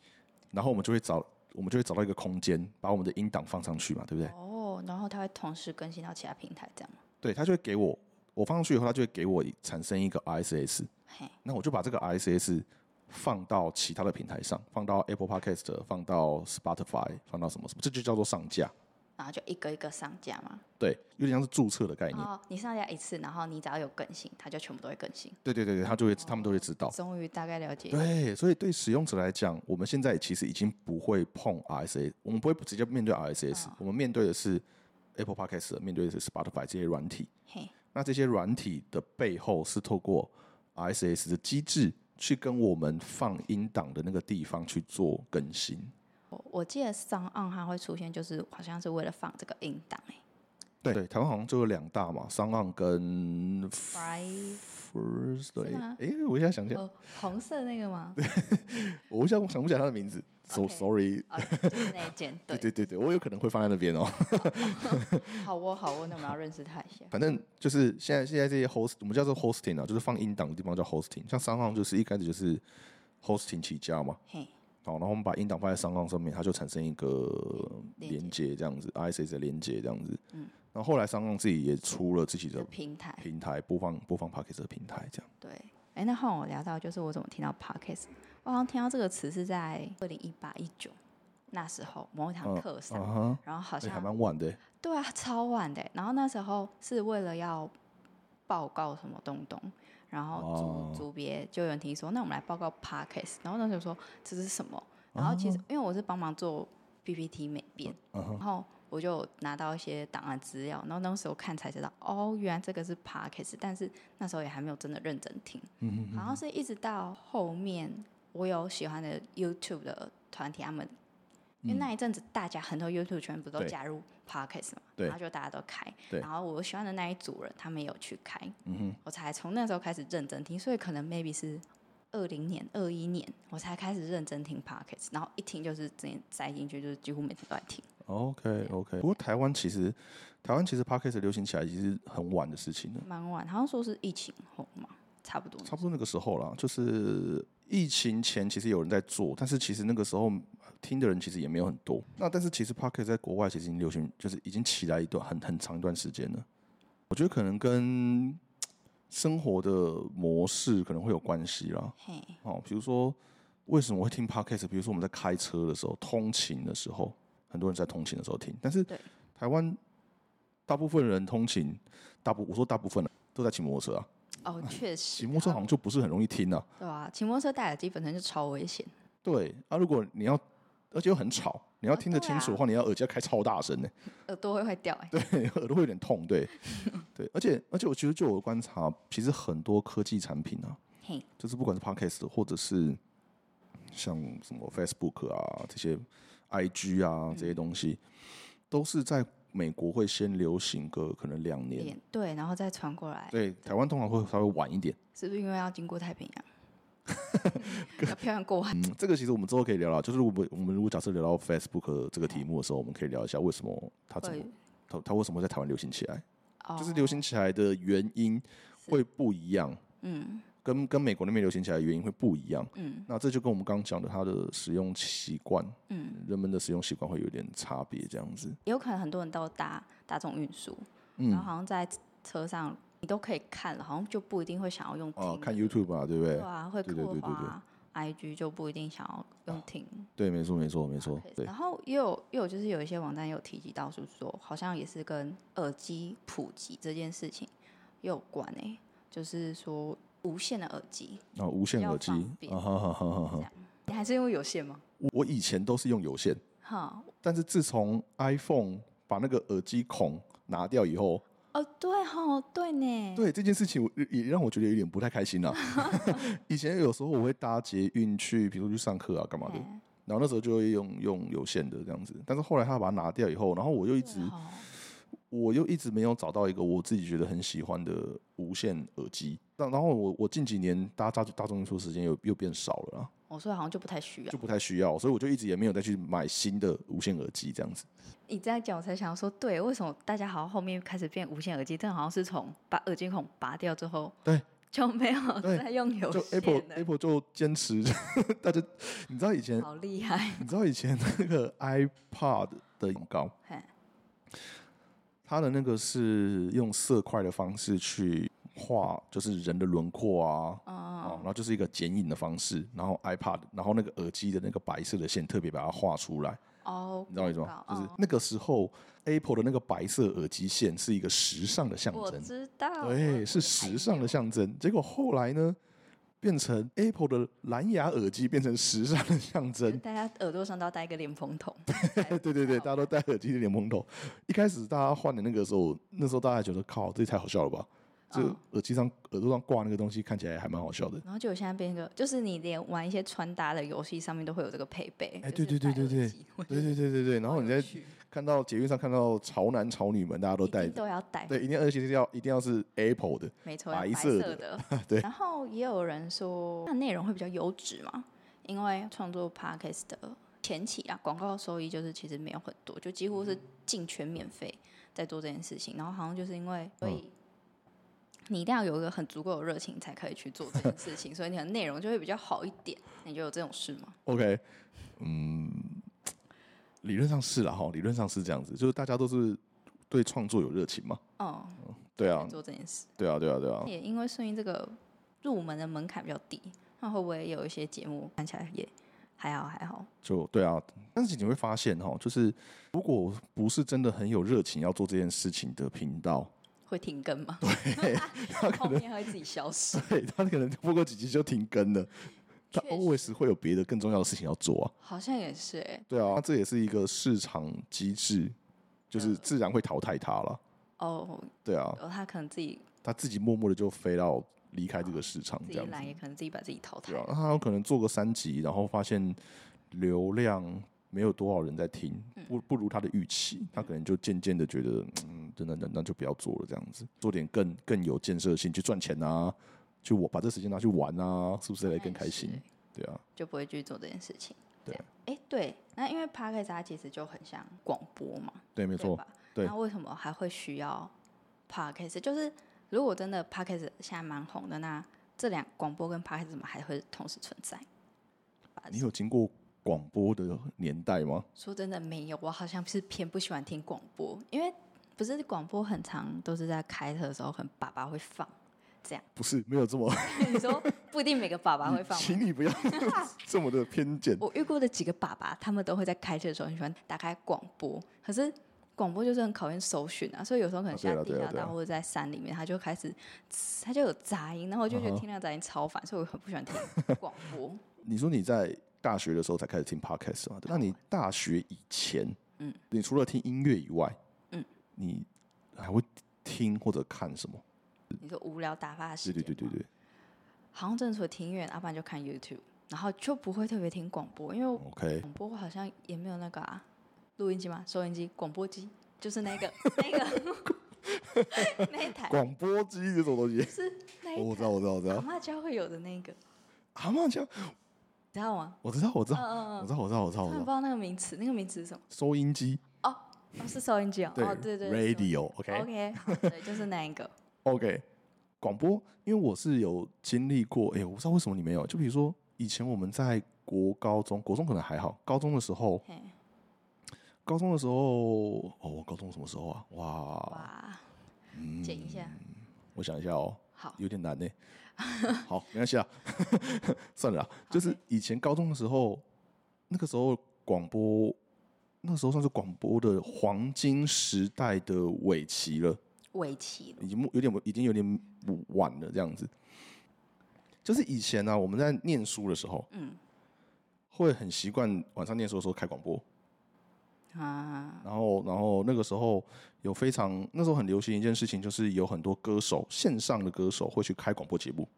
Speaker 2: 然后我们就会找我们就会找到一个空间，把我们的音档放上去嘛，对不对？
Speaker 1: 哦，然后它会同时更新到其他平台，这样吗？
Speaker 2: 对，它就会给我我放上去以后，它就会给我产生一个 RSS。
Speaker 1: 嘿，
Speaker 2: 那我就把这个 RSS 放到其他的平台上，放到 Apple Podcast，放到 Spotify，放到什么什么，这就叫做上架。
Speaker 1: 然后就一个一个上架嘛。
Speaker 2: 对，有点像是注册的概念。
Speaker 1: 哦，你上架一次，然后你只要有更新，它就全部都会更新。
Speaker 2: 对对对对，他就会他们都会知道。
Speaker 1: 终于大概了解，
Speaker 2: 对，所以对使用者来讲，我们现在其实已经不会碰 RSS，我们不会直接面对
Speaker 1: 嗯
Speaker 2: RSS，、我们面对的是 Apple Podcast，面对的是 Spotify 这些软体。
Speaker 1: 嘿，
Speaker 2: 那这些软体的背后是透过 RSS 的机制去跟我们放音档的那个地方去做更新。
Speaker 1: 我我记得上岸它会出现，就是好像是为了放这个音档哎、
Speaker 2: 对台湾好像就有两大嘛，商岸跟
Speaker 1: Fry-
Speaker 2: First
Speaker 1: 是
Speaker 2: Day。
Speaker 1: 吗
Speaker 2: 哎、我现在想起来，
Speaker 1: 哦，红色那个吗？
Speaker 2: 我现在想不起来他的名字，so
Speaker 1: OK
Speaker 2: sorry。
Speaker 1: 哦，就是那一件，
Speaker 2: 对
Speaker 1: 对，
Speaker 2: 对对对，我有可能会放在那边哦。
Speaker 1: 好哦，好哦，那我们要认识它一下。
Speaker 2: 反正就是现在现在这些 host，我们叫做 hosting 啊，就是放音档的地方叫 hosting。像商岸就是一开始就是 hosting 起家嘛，
Speaker 1: 嘿，
Speaker 2: 然好，然后我们把音档放在商浪上面，它就产生一个
Speaker 1: 连连
Speaker 2: 连接这样子，ISS 的连接这样子。嗯，然后后来商浪自己也出了自己
Speaker 1: 的
Speaker 2: 的
Speaker 1: 平台。
Speaker 2: 平台播放播放 p o c k e t 的平台，这样。
Speaker 1: 对，哎，那换我聊到就是我怎么听到 podcast，我好像听到这个词是在二零一八一九那时候某一堂课上，
Speaker 2: 啊哈，
Speaker 1: 然后好
Speaker 2: 哎还
Speaker 1: 像
Speaker 2: 蛮晚的欸，
Speaker 1: 对啊，超晚的欸。然后那时候是为了要报告什么东东，然后组、
Speaker 2: 哦
Speaker 1: 组别就有人提说，那我们来报告 podcast。然后那时候说这是什么？然后其实、因为我是帮忙做 PPT 美编，
Speaker 2: 哦嗯哼
Speaker 1: 然后我就拿到一些档案资料，然后那时候看才知道，哦，原来这个是 podcast，但是那时候也还没有真的认真听，
Speaker 2: 嗯
Speaker 1: 好像是一直到后面我有喜欢的 YouTube 的团体，他们因为那一阵子大家很多 YouTube 全部都
Speaker 2: 嗯对
Speaker 1: 加入 podcast 嘛，
Speaker 2: 对
Speaker 1: 然后就大家都开，
Speaker 2: 对
Speaker 1: 然后我喜欢的那一组人他们有去开，
Speaker 2: 嗯哼，
Speaker 1: 我才从那时候开始认真听，所以可能 maybe 是二零年、二一年我才开始认真听 podcast，然后一听就是直接栽进去，就是几乎每天都在听。
Speaker 2: OK OK，不过台湾其实台湾其实 Podcast 流行起来其实很晚的事情了，
Speaker 1: 蛮晚，好像说是疫情后嘛，差不多。
Speaker 2: 差不多那个时候啦，就是疫情前其实有人在做，但是其实那个时候听的人其实也没有很多。那但是其实 Podcast 在国外其实已经流行，就是已经起来一段很很长一段时间了。我觉得可能跟生活的模式可能会有关系啦。
Speaker 1: 嘿，
Speaker 2: 哦，比如说为什么会听 podcast？比如说我们在开车的时候、通勤的时候，很多人在通勤的时候听，但是
Speaker 1: 对
Speaker 2: 台湾大部分人通勤，大部我说大部分、啊、都在骑摩托车啊，
Speaker 1: 哦，确实，
Speaker 2: 骑摩托车好像就不是很容易听啊。
Speaker 1: 对啊，骑摩托车戴耳机本身就超危险。
Speaker 2: 对啊，如果你要，而且又很吵，你要
Speaker 1: 哦
Speaker 2: 听得
Speaker 1: 对
Speaker 2: 清楚的话，你要耳机要开超大声呢、
Speaker 1: 耳朵会坏掉哎、
Speaker 2: 对，耳朵会有点痛，对，对，而且而且我其实就我观察，其实很多科技产品啊，
Speaker 1: 嘿，
Speaker 2: 就是不管是 podcast 或者是像什么 Facebook 啊这些 IG 啊这些东西，都是在美国会先流行个可能两年，
Speaker 1: 脸对，然后再传过来，
Speaker 2: 对，台湾通常会稍微晚一点。
Speaker 1: 是不是因为要经过太平 洋？要漂洋过海，
Speaker 2: 嗯，这个其实我们之后可以聊聊，就是我们我们如果假设聊到 Facebook 这个题目的时候，我们可以聊一下为什么它怎么
Speaker 1: 会
Speaker 2: 它它为什么会在台湾流行起来。
Speaker 1: 哦，
Speaker 2: 就是流行起来的原因会不一样，
Speaker 1: 嗯
Speaker 2: 跟跟美国那边流行起来的原因会不一样。
Speaker 1: 嗯
Speaker 2: 那这就跟我们刚刚讲的它的使用习惯，
Speaker 1: 嗯，
Speaker 2: 人们的使用习惯会有点差别，这样子。
Speaker 1: 有可能很多人都搭大众运输，
Speaker 2: 嗯
Speaker 1: 然后好像在车上你都可以看了，好像就不一定会想要用听的、
Speaker 2: 哦，看 YouTube 啊，对不
Speaker 1: 对
Speaker 2: 对？
Speaker 1: 啊，会
Speaker 2: 对对
Speaker 1: 刻
Speaker 2: 对对
Speaker 1: 画、IG 就不一定想要用听。
Speaker 2: 对，没错，没错，没错，对，
Speaker 1: 然后也有也有就是有一些网站也有提及到，是说好像也是跟耳机普及这件事情也有关诶、就是说无线的耳机，
Speaker 2: 啊，无线
Speaker 1: 比较
Speaker 2: 耳机
Speaker 1: 方，便
Speaker 2: 啊哈哈哈哈
Speaker 1: 这
Speaker 2: 哈
Speaker 1: 样。你还是用有线吗？
Speaker 2: 我我以前都是用有线，
Speaker 1: 哈，
Speaker 2: 但是自从 iPhone 把那个耳机孔拿掉以后，
Speaker 1: 哦，对哈，对呢，
Speaker 2: 对这件事情我，也也让我觉得有点不太开心了、 以前有时候我会搭捷运去，比如说去上课啊，干嘛的，
Speaker 1: 哎
Speaker 2: 然后那时候就会用用有线的这样子，但是后来他把它拿掉以后，然后我又一直
Speaker 1: 对啊哈
Speaker 2: 我又一直没有找到一个我自己觉得很喜欢的无线耳机。那然后我我近几年搭大大众运输时间又又变少了啦，
Speaker 1: 我哦说好像就不太需要
Speaker 2: 就。不太需要，所以我就一直也没有再去买新的无线耳机这样子。
Speaker 1: 你这样讲，我才想说，对，为什么大家好像后面开始变无线耳机？但好像是从把耳机孔拔掉之后，
Speaker 2: 对，
Speaker 1: 就没有
Speaker 2: 对
Speaker 1: 再用有
Speaker 2: 就 Apple
Speaker 1: 线了，
Speaker 2: Apple 就坚持，大家 你知道以前
Speaker 1: 好厉害，
Speaker 2: 你知道以前那个 iPod 的广告
Speaker 1: 嘿，
Speaker 2: 它的那个是用色块的方式去画，就是人的轮廓啊，哦，然后就是一个剪影的方式，然后 iPad，然后那个耳机的那个白色的线特别把它画出来，
Speaker 1: 哦，
Speaker 2: 你知道我意思吗
Speaker 1: 广？告
Speaker 2: 就是
Speaker 1: 哦
Speaker 2: 那个时候 Apple 的那个白色耳机线是一个时尚的象
Speaker 1: 我
Speaker 2: 征，
Speaker 1: 知道，哎
Speaker 2: 对，是时尚的象征。结果后来呢，变成 Apple 的蓝牙耳机变成时尚的象征哎
Speaker 1: 就，大家耳朵上都要戴一个连蓬头。
Speaker 2: 对对对，大家都戴耳机的连蓬头。一开始大家换的那个时候，那时候大家觉得靠，这也太好笑了吧？这
Speaker 1: 嗯
Speaker 2: 耳机上、耳朵上挂那个东西看起来还蛮好笑的。
Speaker 1: 然后就有现在变一个，就是你连玩一些穿搭的游戏上面都会有这个配备。
Speaker 2: 哎
Speaker 1: 就是
Speaker 2: 对对对
Speaker 1: 戴
Speaker 2: 对
Speaker 1: 耳机我觉
Speaker 2: 对
Speaker 1: 得
Speaker 2: 对对对对，然后
Speaker 1: 好
Speaker 2: 你
Speaker 1: 有
Speaker 2: 在
Speaker 1: 趣
Speaker 2: 看到捷运上看到潮男潮女们，大家都
Speaker 1: 一定
Speaker 2: 戴，
Speaker 1: 都要戴，
Speaker 2: 对，一定而且是要一定要是 Apple 的，
Speaker 1: 没错，要
Speaker 2: 白
Speaker 1: 白
Speaker 2: 色
Speaker 1: 色的。
Speaker 2: 对
Speaker 1: 然后也有人说，那内容会比较优质嘛，因为创作 podcast 的前期啊，广告收益就是其实没有很多，就
Speaker 2: 嗯嗯
Speaker 1: 几乎是尽全免费在做这件事情。然后好像就是因为所以你一定要有一个很足够的热情才可以去做这件事 情，所以你的内容就会比较好一点。你觉得有这种事吗？
Speaker 2: OK，嗯，理论上是啦哈，理论上是这样子，就是大家都是对创作有热情嘛。
Speaker 1: 哦，
Speaker 2: 对啊，
Speaker 1: 做这件事
Speaker 2: 对啊，对啊，对啊。
Speaker 1: 也因为顺应这个入门的门槛比较低，那会不会有一些节目看起来也还好还好？
Speaker 2: 就对啊，但是你会发现哈，就是如果不是真的很有热情要做这件事情的频道，
Speaker 1: 会停更吗？ 后面会自己消 失。
Speaker 2: 对他可能播过几集就停更了，他
Speaker 1: 确实
Speaker 2: always 会有别的更重要的事情要做啊。
Speaker 1: 好像也是哎、
Speaker 2: 对啊，这也是一个市场机制，就是
Speaker 1: 嗯
Speaker 2: 自然会淘汰他了。
Speaker 1: 哦，
Speaker 2: 对啊，
Speaker 1: 哦他可能自己
Speaker 2: 他自己默默的就飞到离开这个市场
Speaker 1: 自
Speaker 2: 嗯这
Speaker 1: 己
Speaker 2: 样子
Speaker 1: 来，。也可能自己把自己淘汰
Speaker 2: 对啊，。那他有可能做个三集，然后发现流量没有多少人在听，
Speaker 1: 嗯
Speaker 2: 不不如他的预期，他可能就渐渐的觉得，嗯，真的那那就不要做了这样子，做点更更有建设性，去赚钱啊，去我把这时间拿去玩啊，是不是来更开心
Speaker 1: 好像也？
Speaker 2: 对啊，
Speaker 1: 就不会去做这件事情。这
Speaker 2: 对
Speaker 1: 样，哎，对，那因为 p a c a s t 它其实就很像广播嘛，
Speaker 2: 对，没
Speaker 1: 没
Speaker 2: 错，
Speaker 1: 吧？
Speaker 2: 对
Speaker 1: 那为什么还会需要 p a c a s t 就是如果真的 p a c a s t 现在蛮红的，那这两广播跟 p a c a s t 怎么还会同时存在？
Speaker 2: 你有经过广播的年代吗？
Speaker 1: 说真的，没有，我好像是偏不喜欢听广播，因为不是广播很长都是在开车的时候，很爸爸会放。 这样，
Speaker 2: 不是，没有这么，
Speaker 1: 你说不一定每个爸爸会放吗？
Speaker 2: 请你不要 这么的偏见。
Speaker 1: 我遇过的几个爸爸，他们都会在开车的时候很喜欢打开广播，可是广播就是很考验搜寻啊，所以有时候可能
Speaker 2: 啊对
Speaker 1: 下
Speaker 2: 啊
Speaker 1: 地
Speaker 2: 对啊
Speaker 1: 下
Speaker 2: 对啊
Speaker 1: 道或者在山里面，他就开始嘶他就有杂音，然后我就觉
Speaker 2: 嗯
Speaker 1: 得
Speaker 2: 哼
Speaker 1: 听那个杂音超烦，所以我很不喜欢听广 播。
Speaker 2: 你说你在大学的时候才开始听 podcast 嘛？对那你大学以前，嗯
Speaker 1: 嗯，
Speaker 2: 你除了听音乐以外，嗯
Speaker 1: 嗯，
Speaker 2: 你还会听或者看什么？
Speaker 1: 你说无聊打发时
Speaker 2: 对
Speaker 1: 间
Speaker 2: 对
Speaker 1: 吗，
Speaker 2: 对对对
Speaker 1: 好像真的除了听音乐，啊要不然就看 YouTube，然后就不会特别听广播，因为
Speaker 2: ，OK，
Speaker 1: 广播好像也没有那个啊，录音机嘛，收音机、广播机，就是那 个那个那一台，
Speaker 2: 广播机这种东西，哦
Speaker 1: 就是那
Speaker 2: 我
Speaker 1: 一
Speaker 2: 知
Speaker 1: 台
Speaker 2: 道，我知道，我知
Speaker 1: 阿
Speaker 2: 道。
Speaker 1: 妈家会有的那个，
Speaker 2: 蛤蟆枪，
Speaker 1: 知道吗？
Speaker 2: 我知道，我
Speaker 1: 嗯
Speaker 2: 知道，
Speaker 1: 嗯嗯，
Speaker 2: 我知道，我知道，我知道，
Speaker 1: 突
Speaker 2: 我
Speaker 1: 然
Speaker 2: 知
Speaker 1: 不
Speaker 2: 道。
Speaker 1: 知道那个名词，那个名词是什么？
Speaker 2: 收音机，
Speaker 1: 哦，哦是收音机哦，哦对对哦对
Speaker 2: ，radio，OK，OK，
Speaker 1: OK，好对，就是那一个，
Speaker 2: 广播，因为我是有经历过，哎，我不知道为什么你没有。就比如说以前我们在国高中，国中可能还好，高中的时候，
Speaker 1: 嘿，
Speaker 2: 高中的时候，哦，我高中什么时候啊？哇，
Speaker 1: 哇，
Speaker 2: 嗯
Speaker 1: 剪一下，
Speaker 2: 我想一下哦，
Speaker 1: 好，
Speaker 2: 有点难呢。好，没关系啊， 算了啊。就是
Speaker 1: 没
Speaker 2: 以前高中的时候，那个时候广播，那个时候算是广播的黄金时代的尾期了，
Speaker 1: 围棋了，
Speaker 2: 已经有点已经有点晚了这样子。就是以前呢、啊，我们在念书的时候，
Speaker 1: 嗯
Speaker 2: 会很习惯晚上念书的时候开广播，
Speaker 1: 啊，
Speaker 2: 然后，然后那个时候有非常那时候很流行一件事情，就是有很多歌手线上的歌手会去开广播节目，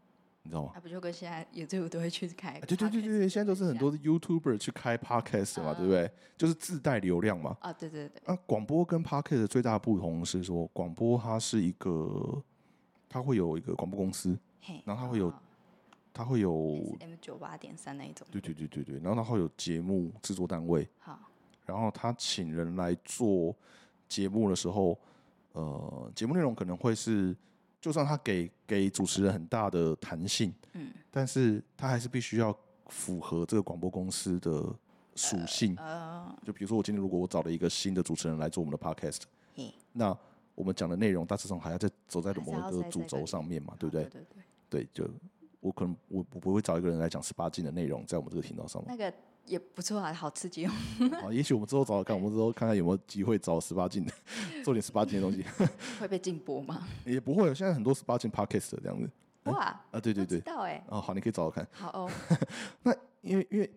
Speaker 2: 你知道吗？
Speaker 1: 啊那不就跟现在 YouTube 都会去开
Speaker 2: 啊，对对对
Speaker 1: podcast
Speaker 2: 对啊对，啊现在都是很
Speaker 1: 这
Speaker 2: 多 YouTuber 去开 podcast 嘛，对不对？就是自带流量嘛。
Speaker 1: 啊，对对对，
Speaker 2: 那广播跟 podcast 最大的不同是说，广播它是一个，它会有一个广播公司，
Speaker 1: 嘿，哦
Speaker 2: 然后它会有哦它会有，
Speaker 1: M 九八点三那一种，
Speaker 2: 对对对对对，然后它会有节目制作单位，
Speaker 1: 好，
Speaker 2: 然后他请人来做节目的时候，呃，节目内容可能会是，就算他给给主持人很大的弹性，
Speaker 1: 嗯，
Speaker 2: 但是他还是必须要符合这个广播公司的属性。
Speaker 1: 呃，
Speaker 2: 就比如说，我今天如果我找了一个新的主持人来做我们的 podcast，
Speaker 1: 嘿，
Speaker 2: 那我们讲的内容大致上还要再走在
Speaker 1: 还是
Speaker 2: 某
Speaker 1: 要
Speaker 2: 一
Speaker 1: 在
Speaker 2: 个
Speaker 1: 这
Speaker 2: 主
Speaker 1: 个
Speaker 2: 轴
Speaker 1: 里
Speaker 2: 上面嘛，对不
Speaker 1: 好
Speaker 2: 对？
Speaker 1: 对对，
Speaker 2: 对，就我可能我我不会找一个人来讲十八禁的内容在我们这个频道上嘛。
Speaker 1: 那个也不错啊，好刺激哦，
Speaker 2: 好，也许我们之后找找看，我们之后看看有没有机会找十八禁的，做点十八禁的东西，
Speaker 1: 会被禁播吗？
Speaker 2: 也不会。现在很多十八禁 podcast 这样子
Speaker 1: 哇，
Speaker 2: 啊， 对对
Speaker 1: 不知
Speaker 2: 对，
Speaker 1: 道哎，
Speaker 2: 哦，好，你可以找找看，
Speaker 1: 好哦，
Speaker 2: 因为因为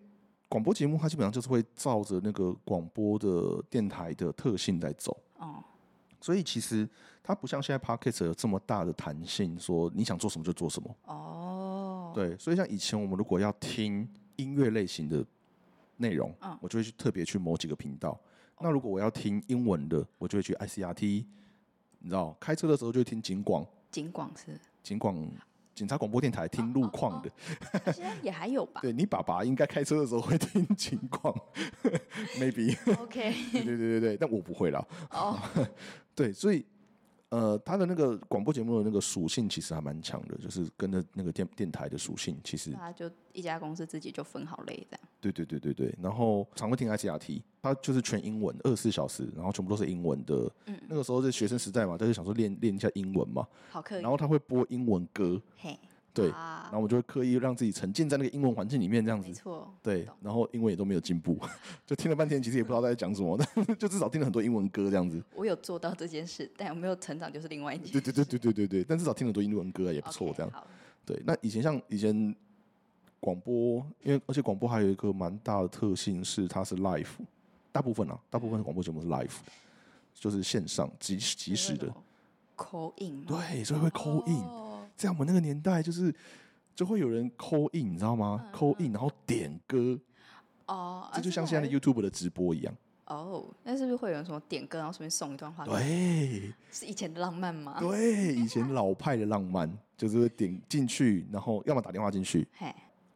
Speaker 2: 广播节目它基本上就是会照着那个广播的电台的特性在走，
Speaker 1: 哦，
Speaker 2: 所以其实它不像现在 podcast 有这么大的弹性，说你想做什么就做什么。
Speaker 1: 哦，
Speaker 2: 对，所以像以前我们如果要听音乐类型的内容，
Speaker 1: 嗯哦
Speaker 2: 我就会去特别去某几个频道。那如果我要听英文的，我就会去 ICRT。你知道，开车的时候就会听警广，
Speaker 1: 景广是，
Speaker 2: 警广警察广播电台听路况
Speaker 1: 哦
Speaker 2: 的。
Speaker 1: 现在也还有吧
Speaker 2: 对你爸爸应该开车的时候会听警广 ，maybe。
Speaker 1: ？OK，
Speaker 2: 对对对对对，但我不会啦。
Speaker 1: 哦，
Speaker 2: 对，所以呃，它的那个广播节目的那个属性其实还蛮强的，就是跟着那个电电台的属性，其实
Speaker 1: 大家就一家公司自己就分好类这样。
Speaker 2: 对对对对对。然后常会听 ICRT，它就是全英文，二十四小时，然后全部都是英文的。那个时候是学生时代嘛，就是想说练练一下英文嘛，
Speaker 1: 好刻意
Speaker 2: 然，后他会播英文歌，
Speaker 1: 嘿，
Speaker 2: 对，
Speaker 1: 啊
Speaker 2: 然，后我就会刻意让自己沉浸在那个英文环境里面这样子
Speaker 1: 没。错，
Speaker 2: 对，然后英文也都没有进步，就听了半天，其实也不知道在讲什么，但是就至少听了很多英文歌这样子。
Speaker 1: 我有做到这件事，但有没有成长就是另外一件
Speaker 2: 对
Speaker 1: 事。
Speaker 2: 对对对对对对，但至少听了很多英文歌啊也不错
Speaker 1: OK，
Speaker 2: 这样。
Speaker 1: 好
Speaker 2: 对，那以前像以前广播，因为而且广播还有一个蛮大的特性是它是 live，大部分啊，大部分的广播节目是 live，就是线上即即时的，。
Speaker 1: 口音吗？
Speaker 2: 对，所以会 call in。
Speaker 1: 哦
Speaker 2: 在我们那个年代，就是就会有人 call in，你知道吗？call in，然后点歌，
Speaker 1: 哦，
Speaker 2: 这就像现在的
Speaker 1: 有
Speaker 2: YouTube 的直播一样。
Speaker 1: 哦，那是不是会有人什么点歌，然后顺便送一段话？，
Speaker 2: 对
Speaker 1: 是以前的浪漫吗？
Speaker 2: 对，以前老派的浪漫就是会点进去，然后要么打电话进去，
Speaker 1: 嘿，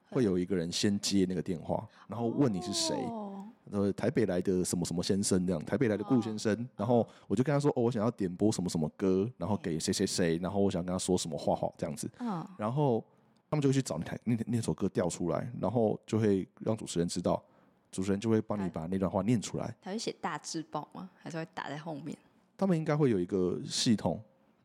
Speaker 2: 会有一个人先接那个电话，然后问你是谁。
Speaker 1: 哦
Speaker 2: 呃，台北来的什么什么先生这样，台北来的顾先生，
Speaker 1: 哦
Speaker 2: 然后我就跟他说，哦，我想要点播什么什么歌，然后给谁谁谁，然后我想跟他说什么话话这样子，
Speaker 1: 嗯，
Speaker 2: 然后他们就会去找那台那那首歌调出来，然后就会让主持人知道，主持人就会帮你
Speaker 1: 哎
Speaker 2: 把那段话念出来，
Speaker 1: 他会写大字报吗？还是会打在后面？
Speaker 2: 他们应该会有一个系统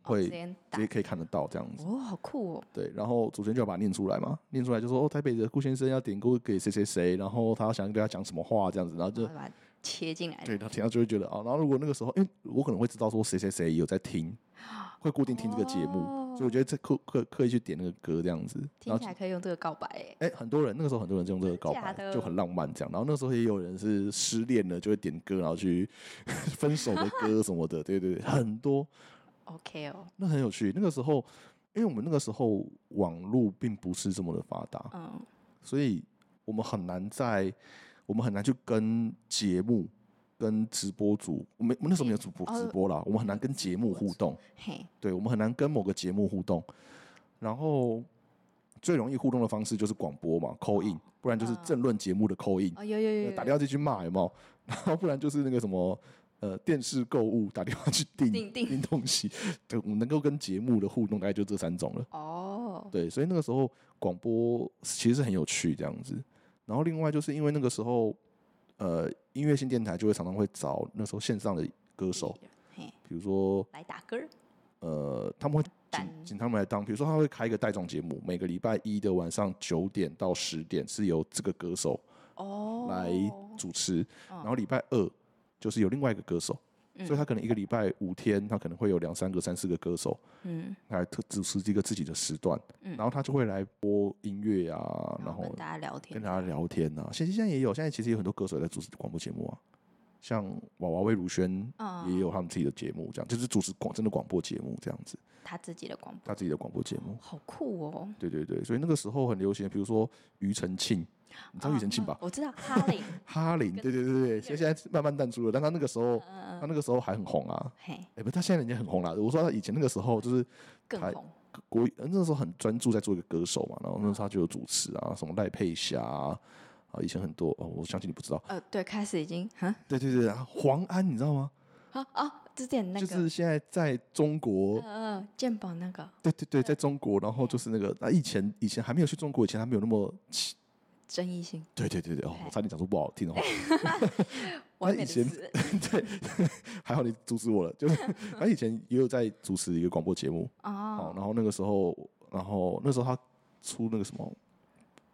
Speaker 1: 哦
Speaker 2: 会
Speaker 1: 直接
Speaker 2: 直
Speaker 1: 打
Speaker 2: 接可以看得到这样子，
Speaker 1: 哦，好酷哦！
Speaker 2: 对，然后主持人就要把它念出来嘛，念出来就说，哦，台北的顾先生要点歌给谁谁谁，然后他想跟他讲什么话这样子，然后就
Speaker 1: 然后把它切进来，
Speaker 2: 对，他听到就会觉得哦，然后如果那个时候，因为我可能会知道说谁谁谁有在听，会固定听这个节目，所以我觉得这刻刻刻意去点那个歌这样子，然
Speaker 1: 哦听
Speaker 2: 后
Speaker 1: 起来可以用这个告白欸。
Speaker 2: 哎、很多人那个时候很多人就用这个告
Speaker 1: 假
Speaker 2: 白，
Speaker 1: 的
Speaker 2: 就很浪漫这样。然后那时候也有人是失恋了就会点歌，然后去 分手的歌什么的，对对对，很多
Speaker 1: OK 哦，
Speaker 2: 那很有趣。那个时候，因为我们那个时候网络并不是这么的发达，
Speaker 1: 嗯，
Speaker 2: 所以我们很难在，我们很难去跟节目、跟直播组，我们我们那时候没有主播
Speaker 1: 哦
Speaker 2: 直播啦，我们很难跟节目互动，
Speaker 1: 嘿，
Speaker 2: 对，我们很难跟某个节目互动。然后最容易互动的方式就是广播嘛，call in，不然就是政论节目的 call in，
Speaker 1: 哦，有有有有
Speaker 2: 打
Speaker 1: 有
Speaker 2: 电话进去骂有没有？ 然后不然就是那个什么。呃，电视购物打电话去订
Speaker 1: 订订
Speaker 2: 订东西，对，我们能够跟节目的互动大概就这三种了。
Speaker 1: 哦，
Speaker 2: 对，所以那个时候广播其实是很有趣这样子。然后另外就是因为那个时候，呃，音乐性电台就会常常会找那时候线上的歌手，
Speaker 1: 嘿，
Speaker 2: 比如说
Speaker 1: 来打歌儿，
Speaker 2: 呃，他们会请
Speaker 1: 单
Speaker 2: 请他们来当，比如说他会开一个带状节目，每个礼拜一的晚上九点到十点是由这个歌手
Speaker 1: 哦，
Speaker 2: 来主持，然后礼拜二就是有另外一个歌手。
Speaker 1: 嗯
Speaker 2: 所以他可能一个礼拜五天，他可能会有两三个、三四个歌手，
Speaker 1: 嗯，
Speaker 2: 来特主持一个自己的时段，然后他就会来播音乐啊，然
Speaker 1: 然后
Speaker 2: 后
Speaker 1: 跟大家聊天
Speaker 2: 跟，大家聊天呐、其实现在也有，现在其实有很多歌手也在主持广播节目啊，像娃娃魏如萱
Speaker 1: 哦
Speaker 2: 也有他们自己的节目，这样就是主持广真的广播节目这样子，
Speaker 1: 他自己的广播，
Speaker 2: 他自己的广播节目。
Speaker 1: 好酷哦！
Speaker 2: 对对对，所以那个时候很流行，比如说庾澄庆，你知道庾澄庆吧？
Speaker 1: 我知道哈林，
Speaker 2: 哈林，对对对对，现现在慢慢淡出了，但他那个时候，他那个时候还很红啊。
Speaker 1: 嘿，
Speaker 2: 哎，不，他现在已经很红了。我说他以前那个时候就是
Speaker 1: 更
Speaker 2: 台
Speaker 1: 红，
Speaker 2: 国语呃那时候很专注在做一个歌手嘛，然后那时候他就有主持啊，什么赖佩霞啊，啊以前很多哦，我相信你不知道，
Speaker 1: 呃，对，开始已经，哈
Speaker 2: 对对对，啊黄安你知道吗？
Speaker 1: 啊啊，之前那
Speaker 2: 就
Speaker 1: 个，
Speaker 2: 是现在在中国，
Speaker 1: 嗯嗯，鉴宝那个
Speaker 2: 对对对，在中国，然后就是那
Speaker 1: 嗯
Speaker 2: 个，那、以前以前还没有去中国以前，还没有那么起，
Speaker 1: 争议性，
Speaker 2: 对对对对，哦，
Speaker 1: 对
Speaker 2: 我差点讲出不好 听的话，
Speaker 1: 完美的
Speaker 2: 以前
Speaker 1: 词，
Speaker 2: 还好你阻止我了， 就是他以前也有在主持一个广播节目，哦
Speaker 1: 哦，，
Speaker 2: 然后那个时候，然后那时候他出那个什么，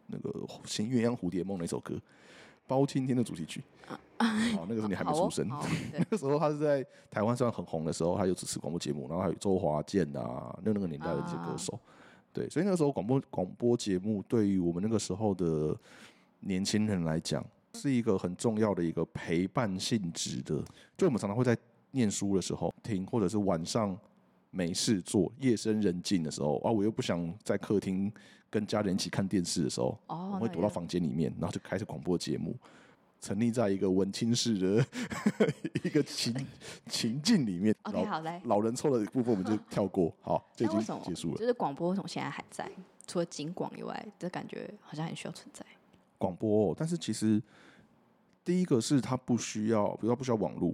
Speaker 2: 那个《新鸳鸯蝴蝶梦》那首歌，包青天的主题曲，哦，那个时候你还没
Speaker 1: 啊好
Speaker 2: 出
Speaker 1: 哦
Speaker 2: 生，
Speaker 1: 好对
Speaker 2: 那时候他是在台湾算很红的时候，他有主持广播节目，然后还有周华健啊，那那个年代的这些歌手，对，所以那个时候广播广播节目对于我们那个时候的年轻人来讲，是一个很重要的一个陪伴性质的。就我们常常会在念书的时候听，或者是晚上没事做、夜深人静的时候啊，我又不想在客厅跟家人一起看电视的时候，我
Speaker 1: 哦，
Speaker 2: 们会
Speaker 1: 那
Speaker 2: 躲到
Speaker 1: 就
Speaker 2: 房间里面，然后就开始广播节目，成立在一个文青式的 一个情情境里面。
Speaker 1: OK，
Speaker 2: 老
Speaker 1: 好来，
Speaker 2: 老人臭的部分我们就跳过，好，这已
Speaker 1: 哦啊那
Speaker 2: 经
Speaker 1: 为什么
Speaker 2: 结束了。
Speaker 1: 就是广播为什么现在还在？除了景广以外，这感觉好像很需要存在。
Speaker 2: 广播、哦，但是其实第一个是它不需要，比如说它不需要网络。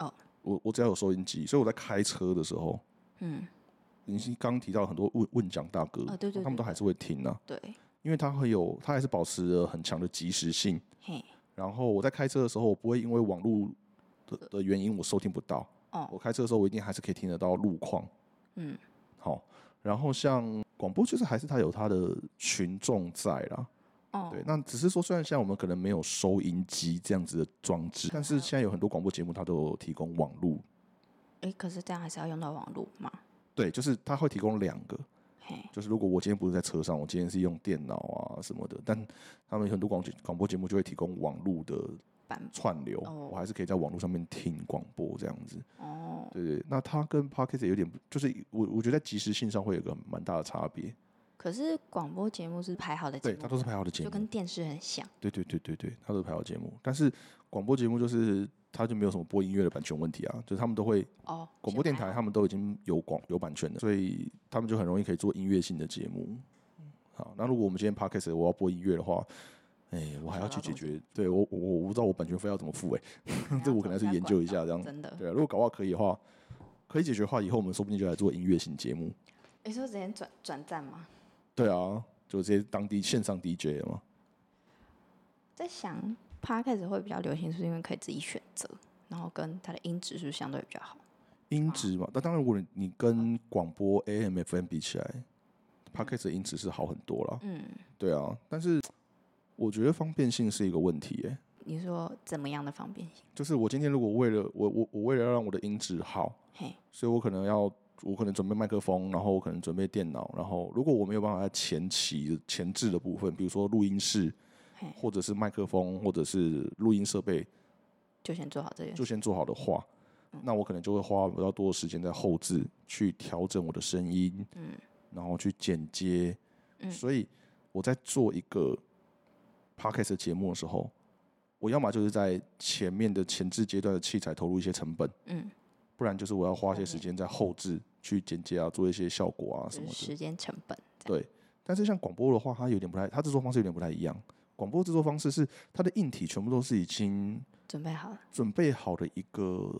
Speaker 1: 哦，
Speaker 2: 我我只要有收音机，所以我在开车的时候，
Speaker 1: 嗯，
Speaker 2: 你是刚提到很多问问讲大哥，
Speaker 1: 啊对对
Speaker 2: 他们都
Speaker 1: 对
Speaker 2: 还是会听啊，
Speaker 1: 对，
Speaker 2: 因为他会有，他还是保持着很强的及时性。
Speaker 1: 嘿，
Speaker 2: 然后我在开车的时候，我不会因为网络的的原因我收听不到。
Speaker 1: 哦
Speaker 2: 我开车的时候，我一定还是可以听得到路况。
Speaker 1: 嗯，
Speaker 2: 好。然后像广播，就是还是它有它的群众在啦。
Speaker 1: 哦，
Speaker 2: 对，那只是说，虽然现在我们可能没有收音机这样子的装置，但是现在有很多广播节目它都有提供网络。
Speaker 1: 哎，可是这样还是要用到网络嘛？
Speaker 2: 对，就是它会提供两个，
Speaker 1: 嘿，
Speaker 2: 就是如果我今天不是在车上，我今天是用电脑啊什么的，但他们很多广广播节目就会提供网络的
Speaker 1: 版
Speaker 2: 串流，
Speaker 1: 哦
Speaker 2: 我还是可以在网络上面听广播这样子。
Speaker 1: 哦，
Speaker 2: 对对，那它跟 Podcast 也有点不，就是我我觉得在及时性上会有个蛮大的差别。
Speaker 1: 可是广播节目是排好的节
Speaker 2: 对，
Speaker 1: 目，
Speaker 2: 它都是排好的节
Speaker 1: 就
Speaker 2: 目，
Speaker 1: 跟电视很像。
Speaker 2: 对对对对对，它都是排好节目。但是广播节目就是它就没有什么播音乐的版权问题啊，就是他们都会
Speaker 1: 哦，
Speaker 2: 广播电
Speaker 1: 先排
Speaker 2: 台
Speaker 1: 好
Speaker 2: 他们都已经有广有版权了，所以他们就很容易可以做音乐性的节目。好，那如果我们今天 podcast 我要播音乐的话，哎、我还要去解决，对我我我不知道我版权费要怎么付哎、
Speaker 1: 可能
Speaker 2: 这
Speaker 1: 啊要
Speaker 2: 我可能还是
Speaker 1: 从
Speaker 2: 研
Speaker 1: 家
Speaker 2: 究
Speaker 1: 管
Speaker 2: 一下
Speaker 1: 到
Speaker 2: 这样
Speaker 1: 真的，
Speaker 2: 对啊，如果搞不好可以的话，可以解决的话，以后我们说不定就来做音乐性节目。
Speaker 1: 你说之前转转站吗？
Speaker 2: 对啊，就直接当地线上 DJ 了嘛。
Speaker 1: 在想 podcast 会比较流行，是因为可以自己选择，然后跟它的音质是不是相对比较好？
Speaker 2: 音质嘛，那当然，如果你你跟广播 AM、FM 比起来，podcast 的音质是好很多啦。
Speaker 1: 嗯，
Speaker 2: 对啊，但是我觉得方便性是一个问题耶、欸
Speaker 1: 你说怎么样的方便性？
Speaker 2: 就是我今天如果为了我我我为了要让我的音质好，
Speaker 1: 嘿，
Speaker 2: 所以我可能要我可能准备麦克风，然后我可能准备电脑，然后如果我没有办法在前期的前置的部分，比如说录音室
Speaker 1: 嘿，
Speaker 2: 或者是麦克风，或者是录音设备，
Speaker 1: 就先做好这件事。
Speaker 2: 就先做好的话，
Speaker 1: 嗯
Speaker 2: 那我可能就会花比较多的时间在后置去调整我的声音，
Speaker 1: 嗯
Speaker 2: 然后去剪接，
Speaker 1: 嗯
Speaker 2: 所以我在做一个 podcast 的节目的时候，我要么就是在前面的前置阶段的器材投入一些成本，
Speaker 1: 嗯，
Speaker 2: 不然就是我要花一些
Speaker 1: 后
Speaker 2: 时
Speaker 1: 面
Speaker 2: 间在后置去剪接啊，做一些效果啊什
Speaker 1: 就
Speaker 2: 么
Speaker 1: 是
Speaker 2: 的。
Speaker 1: 时间成本。
Speaker 2: 对，但是像广播的话，它有点不太，它制作方式有点不太一样。广播制作方式是它的硬体全部都是已经
Speaker 1: 准备好了，
Speaker 2: 准备好的一个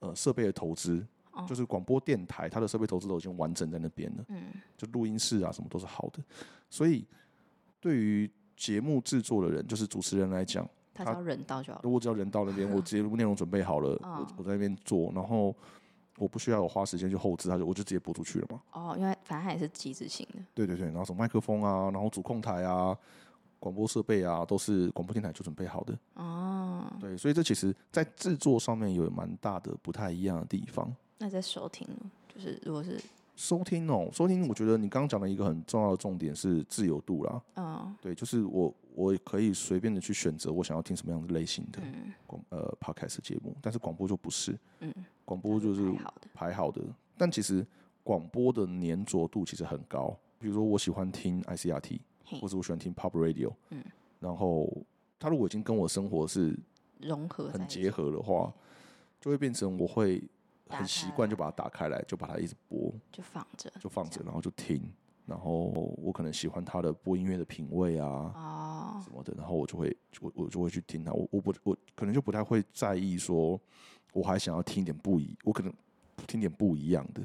Speaker 2: 呃设备的投资，
Speaker 1: 哦
Speaker 2: 就是广播电台它的设备投资都已经完整在那边了，
Speaker 1: 嗯，
Speaker 2: 就录音室啊什么都是好的，所以对于节目制作的人，就是主持人来讲，
Speaker 1: 他只
Speaker 2: 他
Speaker 1: 要人到就好了。
Speaker 2: 如果只要人到那边，我直接内容准备好了，
Speaker 1: 哦
Speaker 2: 我我在那边做，然后我不需要我花时间去后置，它就我就直接播出去了嘛。
Speaker 1: 哦，因为反正它也是机制性的。
Speaker 2: 对对对，然后什么麦克风啊，然后主控台啊。广播设备啊，都是广播电台就准备好的，
Speaker 1: 哦，
Speaker 2: 对，所以这其实在制作上面有蛮大的不太一样的地方。
Speaker 1: 那在收听呢？就是如果是
Speaker 2: 收听哦，收听，我觉得你刚刚讲的一个很重要的重点是自由度啦。
Speaker 1: 嗯
Speaker 2: 对，就是我我可以随便的去选择我想要听什么样的类型的
Speaker 1: 嗯
Speaker 2: 广、呃 podcast 节目，但是广播就不是，
Speaker 1: 嗯，
Speaker 2: 广播就是
Speaker 1: 排好的。
Speaker 2: 排好的。但其实广播的粘着度其实很高，比如说我喜欢听 ICRT，
Speaker 1: 嘿
Speaker 2: 或者我喜欢听 Pop Radio，
Speaker 1: 嗯，
Speaker 2: 然后它如果已经跟我生活是
Speaker 1: 融合在
Speaker 2: 很
Speaker 1: 一
Speaker 2: 结
Speaker 1: 起，嗯
Speaker 2: 合的话，就会变成我会
Speaker 1: 打
Speaker 2: 很习
Speaker 1: 开
Speaker 2: 惯就
Speaker 1: 来
Speaker 2: 把它打开来，就把它一直播。
Speaker 1: 就放着
Speaker 2: 就放着，然后就听，然后我可能喜欢他的播音乐的品味啊
Speaker 1: 哦，
Speaker 2: 什么的，然后我就会我我就会去听他，我我不我可能就不太会在意说，我还想要听点不一，我可能听点不一样的，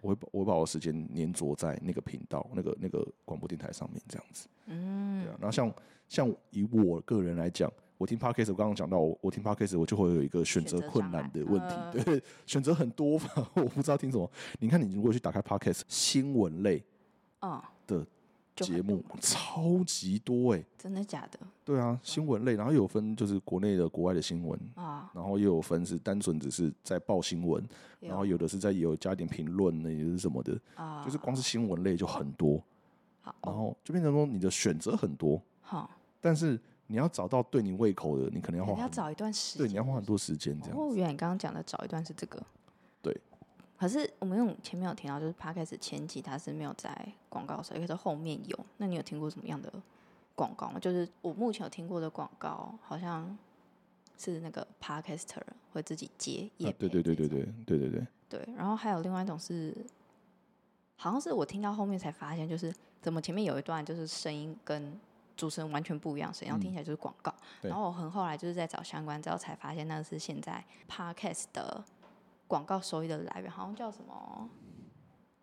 Speaker 2: 我会把我会把我的时间粘着在那个频道那个那个广播电台上面这样子，对
Speaker 1: 嗯
Speaker 2: 啊，然后像像以我个人来讲。我听 podcast，我刚刚讲到，我我听 podcast，我就会有一个选择
Speaker 1: 选择
Speaker 2: 困
Speaker 1: 障
Speaker 2: 难
Speaker 1: 碍
Speaker 2: 的问题，
Speaker 1: 呃
Speaker 2: 对，选择很多嘛， 我不知道听什么。你看，你如果去打开 podcast 新闻类，
Speaker 1: 哦
Speaker 2: 的
Speaker 1: 就
Speaker 2: 节
Speaker 1: 很
Speaker 2: 目超级多哎、
Speaker 1: 真的假的
Speaker 2: 对啊，新闻类，然后有分就是国内的、国外的新闻，
Speaker 1: 啊？
Speaker 2: 然后也有分是单纯只是在报新闻，然后有的是在有加一点评论呢，也是什么的，
Speaker 1: 哦啊，
Speaker 2: 就是光是新闻类就很多，
Speaker 1: 好
Speaker 2: 然后就变成说你的选择很多，
Speaker 1: 好，
Speaker 2: 但是你要找到对你胃口的，你可能要
Speaker 1: 可
Speaker 2: 花
Speaker 1: 能要
Speaker 2: 很
Speaker 1: 找一段时间，
Speaker 2: 对，你要花很多时间这样
Speaker 1: 哦，
Speaker 2: 子。
Speaker 1: 原来你刚刚讲的早一段是这个。
Speaker 2: 对。
Speaker 1: 可是我们用前面有提到，就是 podcast 前几它是没有在广告的时候，可是后面有。那你有听过什么样的广告吗？就是我目前有听过的广告，好像是那个 podcaster 会自己接业、
Speaker 2: 啊，对对对对对对对对，
Speaker 1: 对。然后还有另外一种是，好像是我听到后面才发现，就是怎么前面有一段就是声音跟主持人完全不一样，声音，然后听起来就是广告。
Speaker 2: 嗯对
Speaker 1: 然后我很后来就是在找相关资料，才发现那是现在 podcast 的广告收益的来源，好像叫什么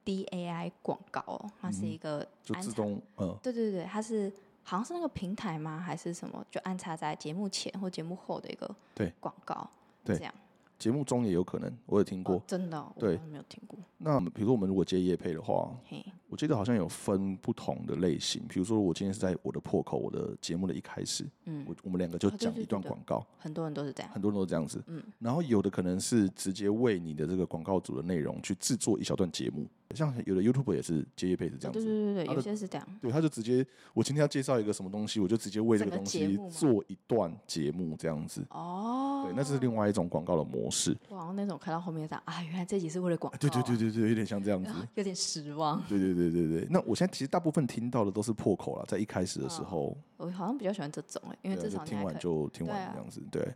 Speaker 1: DAI 广告哦，它
Speaker 2: 嗯
Speaker 1: 是一个
Speaker 2: 就
Speaker 1: 安
Speaker 2: 自
Speaker 1: 插
Speaker 2: 动呃
Speaker 1: 对对对，它是好像是那个平台吗？还是什么？就安插在节目前或节目后的一个
Speaker 2: 对
Speaker 1: 广告，
Speaker 2: 对
Speaker 1: 这样
Speaker 2: 节目中也有可能，我有听过
Speaker 1: 哦。真的哦、我
Speaker 2: 对
Speaker 1: 好像没有听过。
Speaker 2: 那比如说我们如果接业配的话，
Speaker 1: 嘿，
Speaker 2: 我记得好像有分不同的类型，比如说我今天是在我的破口，我的节目的一开始，
Speaker 1: 嗯，
Speaker 2: 我我们两个就
Speaker 1: 哦对
Speaker 2: 讲
Speaker 1: 对
Speaker 2: 一段
Speaker 1: 对对
Speaker 2: 广告，
Speaker 1: 很多人都是这样，
Speaker 2: 很多人都这样子。
Speaker 1: 嗯
Speaker 2: 然后有的可能是直接为你的这个广告组的内容去制作一小段节目，像有的 YouTube 也是接业配是这
Speaker 1: 哦
Speaker 2: 样
Speaker 1: 对
Speaker 2: 子。
Speaker 1: 对对
Speaker 2: 它
Speaker 1: 对，
Speaker 2: 的
Speaker 1: 有些是这样，
Speaker 2: 对，他就直接，我今天要介绍一个什么东西，我就直接为这
Speaker 1: 整
Speaker 2: 个
Speaker 1: 个
Speaker 2: 东
Speaker 1: 节
Speaker 2: 西
Speaker 1: 目吗
Speaker 2: 做一段节目这样子。
Speaker 1: 哦，
Speaker 2: 对，那这是另外一种广告的模式。
Speaker 1: 我好像那种看到后面这样啊，原来这集是为了广告、啊，
Speaker 2: 对对对，对对，有点像这样子。
Speaker 1: 有点失望。
Speaker 2: 对对对对对。那我现在其实大部分听到的都是破口了，在一开始的时
Speaker 1: 嗯
Speaker 2: 候，
Speaker 1: 我好像比较喜欢这种、欸，因为
Speaker 2: 对
Speaker 1: 至
Speaker 2: 啊就
Speaker 1: 少你
Speaker 2: 听
Speaker 1: 还
Speaker 2: 完
Speaker 1: 可以
Speaker 2: 就听
Speaker 1: 对
Speaker 2: 完
Speaker 1: 啊
Speaker 2: 这样子。对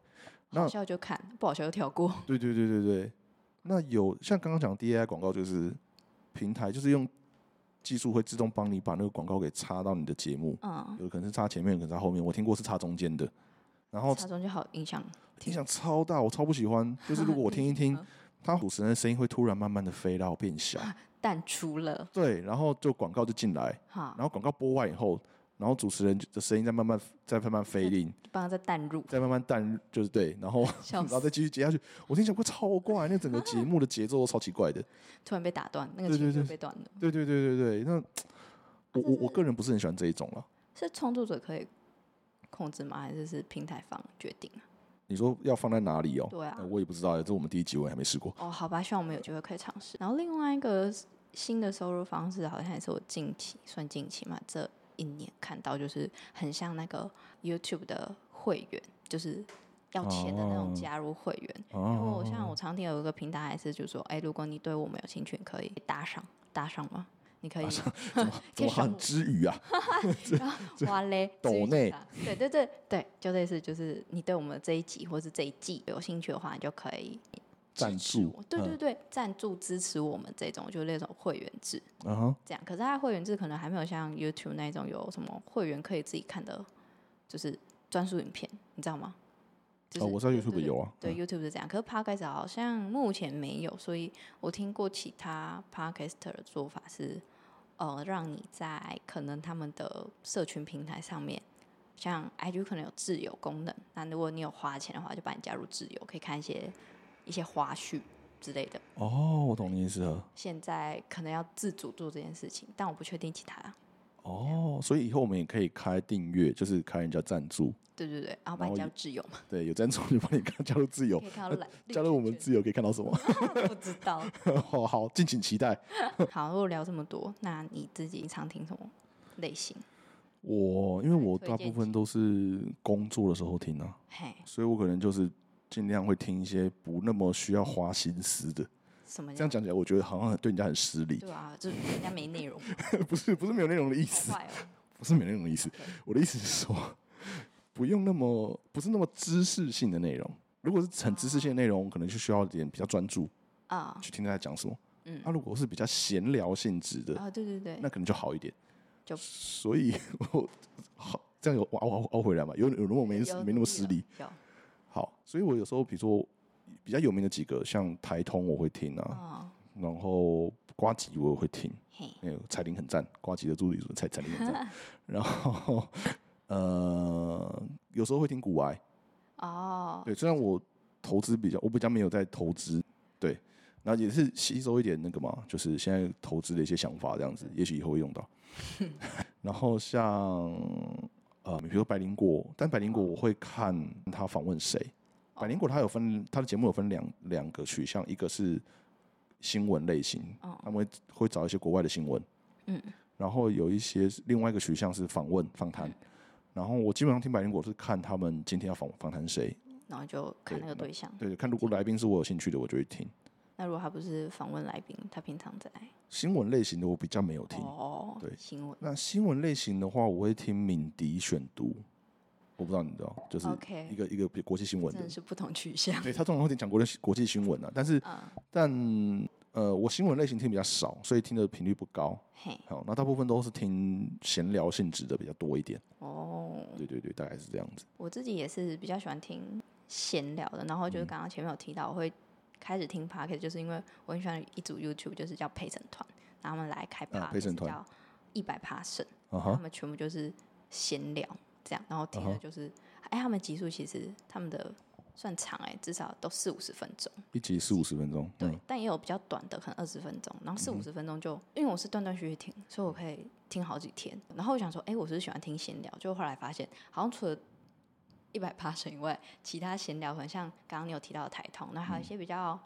Speaker 2: 那
Speaker 1: 好笑就看，不好笑就跳过。
Speaker 2: 对对对对对。那有像刚刚讲 DAI 广告，就是平台就是用技术会自动帮你把那个广告给插到你的节目，
Speaker 1: 嗯，
Speaker 2: 有的可能是插前面，有的可能是插后面。我听过是插中间的，然后
Speaker 1: 插中就好影响
Speaker 2: 影响超大，我超不喜欢。就是如果 我听一听
Speaker 1: 嗯，
Speaker 2: 它主持人的声音会突然慢慢的飞到变小，
Speaker 1: 啊淡出了
Speaker 2: 对，然后就广告就进来，
Speaker 1: 哈
Speaker 2: 然，后广告播完以后，然后主持人的声音再慢慢再慢 慢飞进，
Speaker 1: 帮它再淡 入，
Speaker 2: 再慢慢淡，就是对，然后
Speaker 1: 笑
Speaker 2: 然后
Speaker 1: 死，
Speaker 2: 再继续接下去。我听起来会超怪，那整个节目的节奏都超 奇怪的。
Speaker 1: 突然被打断，那个
Speaker 2: 对
Speaker 1: 情
Speaker 2: 对
Speaker 1: 绪
Speaker 2: 对
Speaker 1: 被断了。
Speaker 2: 对对对
Speaker 1: 啊
Speaker 2: 对对，那我我我个人不是很喜欢这一种了。
Speaker 1: 是创作者可以控制吗？还是是平台方决定啊？
Speaker 2: 你说要放在哪里哦？
Speaker 1: 对啊
Speaker 2: 呃我也不知道耶，这我们第一集我也还没试过。
Speaker 1: 哦，好吧，希望我们有机会可以尝试。然后另外一个新的收入方式，好像也是我近期算近期嘛，这一年看到，就是很像那个 YouTube 的会员，就是要钱的那种
Speaker 2: 哦
Speaker 1: 加入会员。因为
Speaker 2: 哦
Speaker 1: 我，像我常听有一个平台，还是就是说，哎、如果你对我们有兴趣，你可以打赏，打赏吗？你可以
Speaker 2: 怎么
Speaker 1: 可以
Speaker 2: 很
Speaker 1: 上
Speaker 2: 知语啊？
Speaker 1: 哇嘞，
Speaker 2: 抖
Speaker 1: 至于
Speaker 2: 内
Speaker 1: 啥，对对对对，就类似就是你对我们这一集或是这一季有兴趣的话，你就可以
Speaker 2: 赞
Speaker 1: 支持
Speaker 2: 助
Speaker 1: 我，对
Speaker 2: 嗯
Speaker 1: 对对，赞助支持我们这种就那种会员制
Speaker 2: 啊哈，
Speaker 1: 这样。可是它的会员制可能还没有像 YouTube 那一种有什么会员可以自己看的，就是专属影片，你知道吗？就是
Speaker 2: 哦，我知道
Speaker 1: 对
Speaker 2: YouTube
Speaker 1: 对
Speaker 2: 有啊。
Speaker 1: 对 YouTube 是这样，可是 Podcast 好像目前没有，所以我听过其他 Podcaster 的做法是，呃，让你在可能他们的社群平台上面，像 IG 可能有自由功能，那如果你有花钱的话，就把你加入自由，可以看一些一些花絮之类的。
Speaker 2: 哦，我懂你意思了。
Speaker 1: 现在可能要自主做这件事情，但我不确定其他。
Speaker 2: 哦，所以以后我们也可以开订阅，就是开人家赞助，
Speaker 1: 对对对，然后把
Speaker 2: 然后
Speaker 1: 你加入
Speaker 2: 有
Speaker 1: 自由 嘛，
Speaker 2: 对，有赞助就帮你看加入自由
Speaker 1: 可，以看到 蓝绿
Speaker 2: 加入我们
Speaker 1: 圈
Speaker 2: 自由可以看到什么？
Speaker 1: 圈不知道。
Speaker 2: 好好，敬请期待。
Speaker 1: 好，如果聊这么多，那你自己常听什么类型？
Speaker 2: 我因为我
Speaker 1: 推
Speaker 2: 大
Speaker 1: 荐
Speaker 2: 部分都是工作的时候听啊，
Speaker 1: 嘿，
Speaker 2: 所以我可能就是尽量会听一些不那么需要花心思的。
Speaker 1: 什么
Speaker 2: 这样
Speaker 1: 样？
Speaker 2: 讲起来，我觉得好像很对人家很失礼。
Speaker 1: 对啊，就是人家没内容嘛，
Speaker 2: 不是不是没有内容的意思
Speaker 1: 好，坏哦。
Speaker 2: 不是没有内容的意思
Speaker 1: OK。
Speaker 2: 我的意思是说， 不用那么不是那么知识性的内容。如果是很知识性的内容，可能就需要一点比较专注
Speaker 1: 啊
Speaker 2: 去听他在讲什么。啊
Speaker 1: 嗯
Speaker 2: 那、如果是比较闲聊性质的，
Speaker 1: 啊，对对对，
Speaker 2: 那可能就好一点。
Speaker 1: 就
Speaker 2: 所以 我好这样有我凹凹回来嘛？有有那么没
Speaker 1: 有
Speaker 2: 没那么
Speaker 1: 努力
Speaker 2: 失
Speaker 1: 了
Speaker 2: 礼。
Speaker 1: 有
Speaker 2: 好，所以我有时候比如说比较有名的几个，像台通我会听啊，
Speaker 1: 啊，
Speaker 2: 然后瓜吉我也会听，
Speaker 1: 嘿，
Speaker 2: 那个哎彩铃很赞，瓜吉的助理说彩彩铃很赞，然后呃有时候会听古癌，
Speaker 1: 哦，
Speaker 2: 对，虽然我投资比较，我比较没有在投资，对，然后也是吸收一点那个嘛，就是现在投资的一些想法这样子，也许以后会用到。 然后像呃，比如说百灵果，但百灵果我会看他访问谁。
Speaker 1: 哦
Speaker 2: 百灵果它有分，它的节目有分两两个取向，一个是新闻类型，
Speaker 1: 哦
Speaker 2: 他们会会找一些国外的新闻，
Speaker 1: 嗯，
Speaker 2: 然后有一些是另外一个取向是访问访
Speaker 1: 嗯
Speaker 2: 谈，然后我基本上听百灵果是看他们今天要访访谈谁，
Speaker 1: 然后就看
Speaker 2: 对
Speaker 1: 那个
Speaker 2: 那
Speaker 1: 对象。
Speaker 2: 对，看如果来宾是我有兴趣的，我就会听。
Speaker 1: 那如果他不是访问来宾，他平常在
Speaker 2: 新闻类型的我比较没有听。
Speaker 1: 哦
Speaker 2: 对，
Speaker 1: 新闻
Speaker 2: 那新闻类型的话，我会听敏迪选读，我不知道你知道，就是
Speaker 1: OK
Speaker 2: 一个一个比国际新闻
Speaker 1: 真
Speaker 2: 的
Speaker 1: 的。是不同取向。嗯
Speaker 2: 对他通常会讲国际国际新闻啊，但是、但呃，我新闻类型听比较少，所以听的频率不高。
Speaker 1: 嘿，
Speaker 2: 好，那大部分都是听闲聊性质的比较多一点。
Speaker 1: 哦，
Speaker 2: 对对对，大概是这样子。
Speaker 1: 我自己也是比较喜欢听闲聊的，然后
Speaker 2: 嗯
Speaker 1: 就是刚刚前面有提到，我会开始听 p o d c a s t 就是因为我很喜欢一组 YouTube，就是叫陪审团，然后他们来开 p o d
Speaker 2: 啊
Speaker 1: c a
Speaker 2: 陪
Speaker 1: s
Speaker 2: 审
Speaker 1: t
Speaker 2: 团
Speaker 1: 叫一百 p a s
Speaker 2: 啊
Speaker 1: 他
Speaker 2: 哈，
Speaker 1: 们全部就是闲聊这样，然后听
Speaker 2: 啊
Speaker 1: 的
Speaker 2: 哈
Speaker 1: 就是，哎、他们集数其实他们的算长哎、至少都四五十分钟，
Speaker 2: 一集四五十分钟。
Speaker 1: 嗯对，
Speaker 2: 嗯，
Speaker 1: 但也有比较短的，可能二十分钟，然后四五十分钟就，因为我是断断续续听，所以我可以听好几天。然后我想说，哎、我是喜欢听闲聊，就后来发现，好像除了一百八十以外，其他闲聊很像刚刚你有提到的台通，那还
Speaker 2: 嗯
Speaker 1: 有一些比较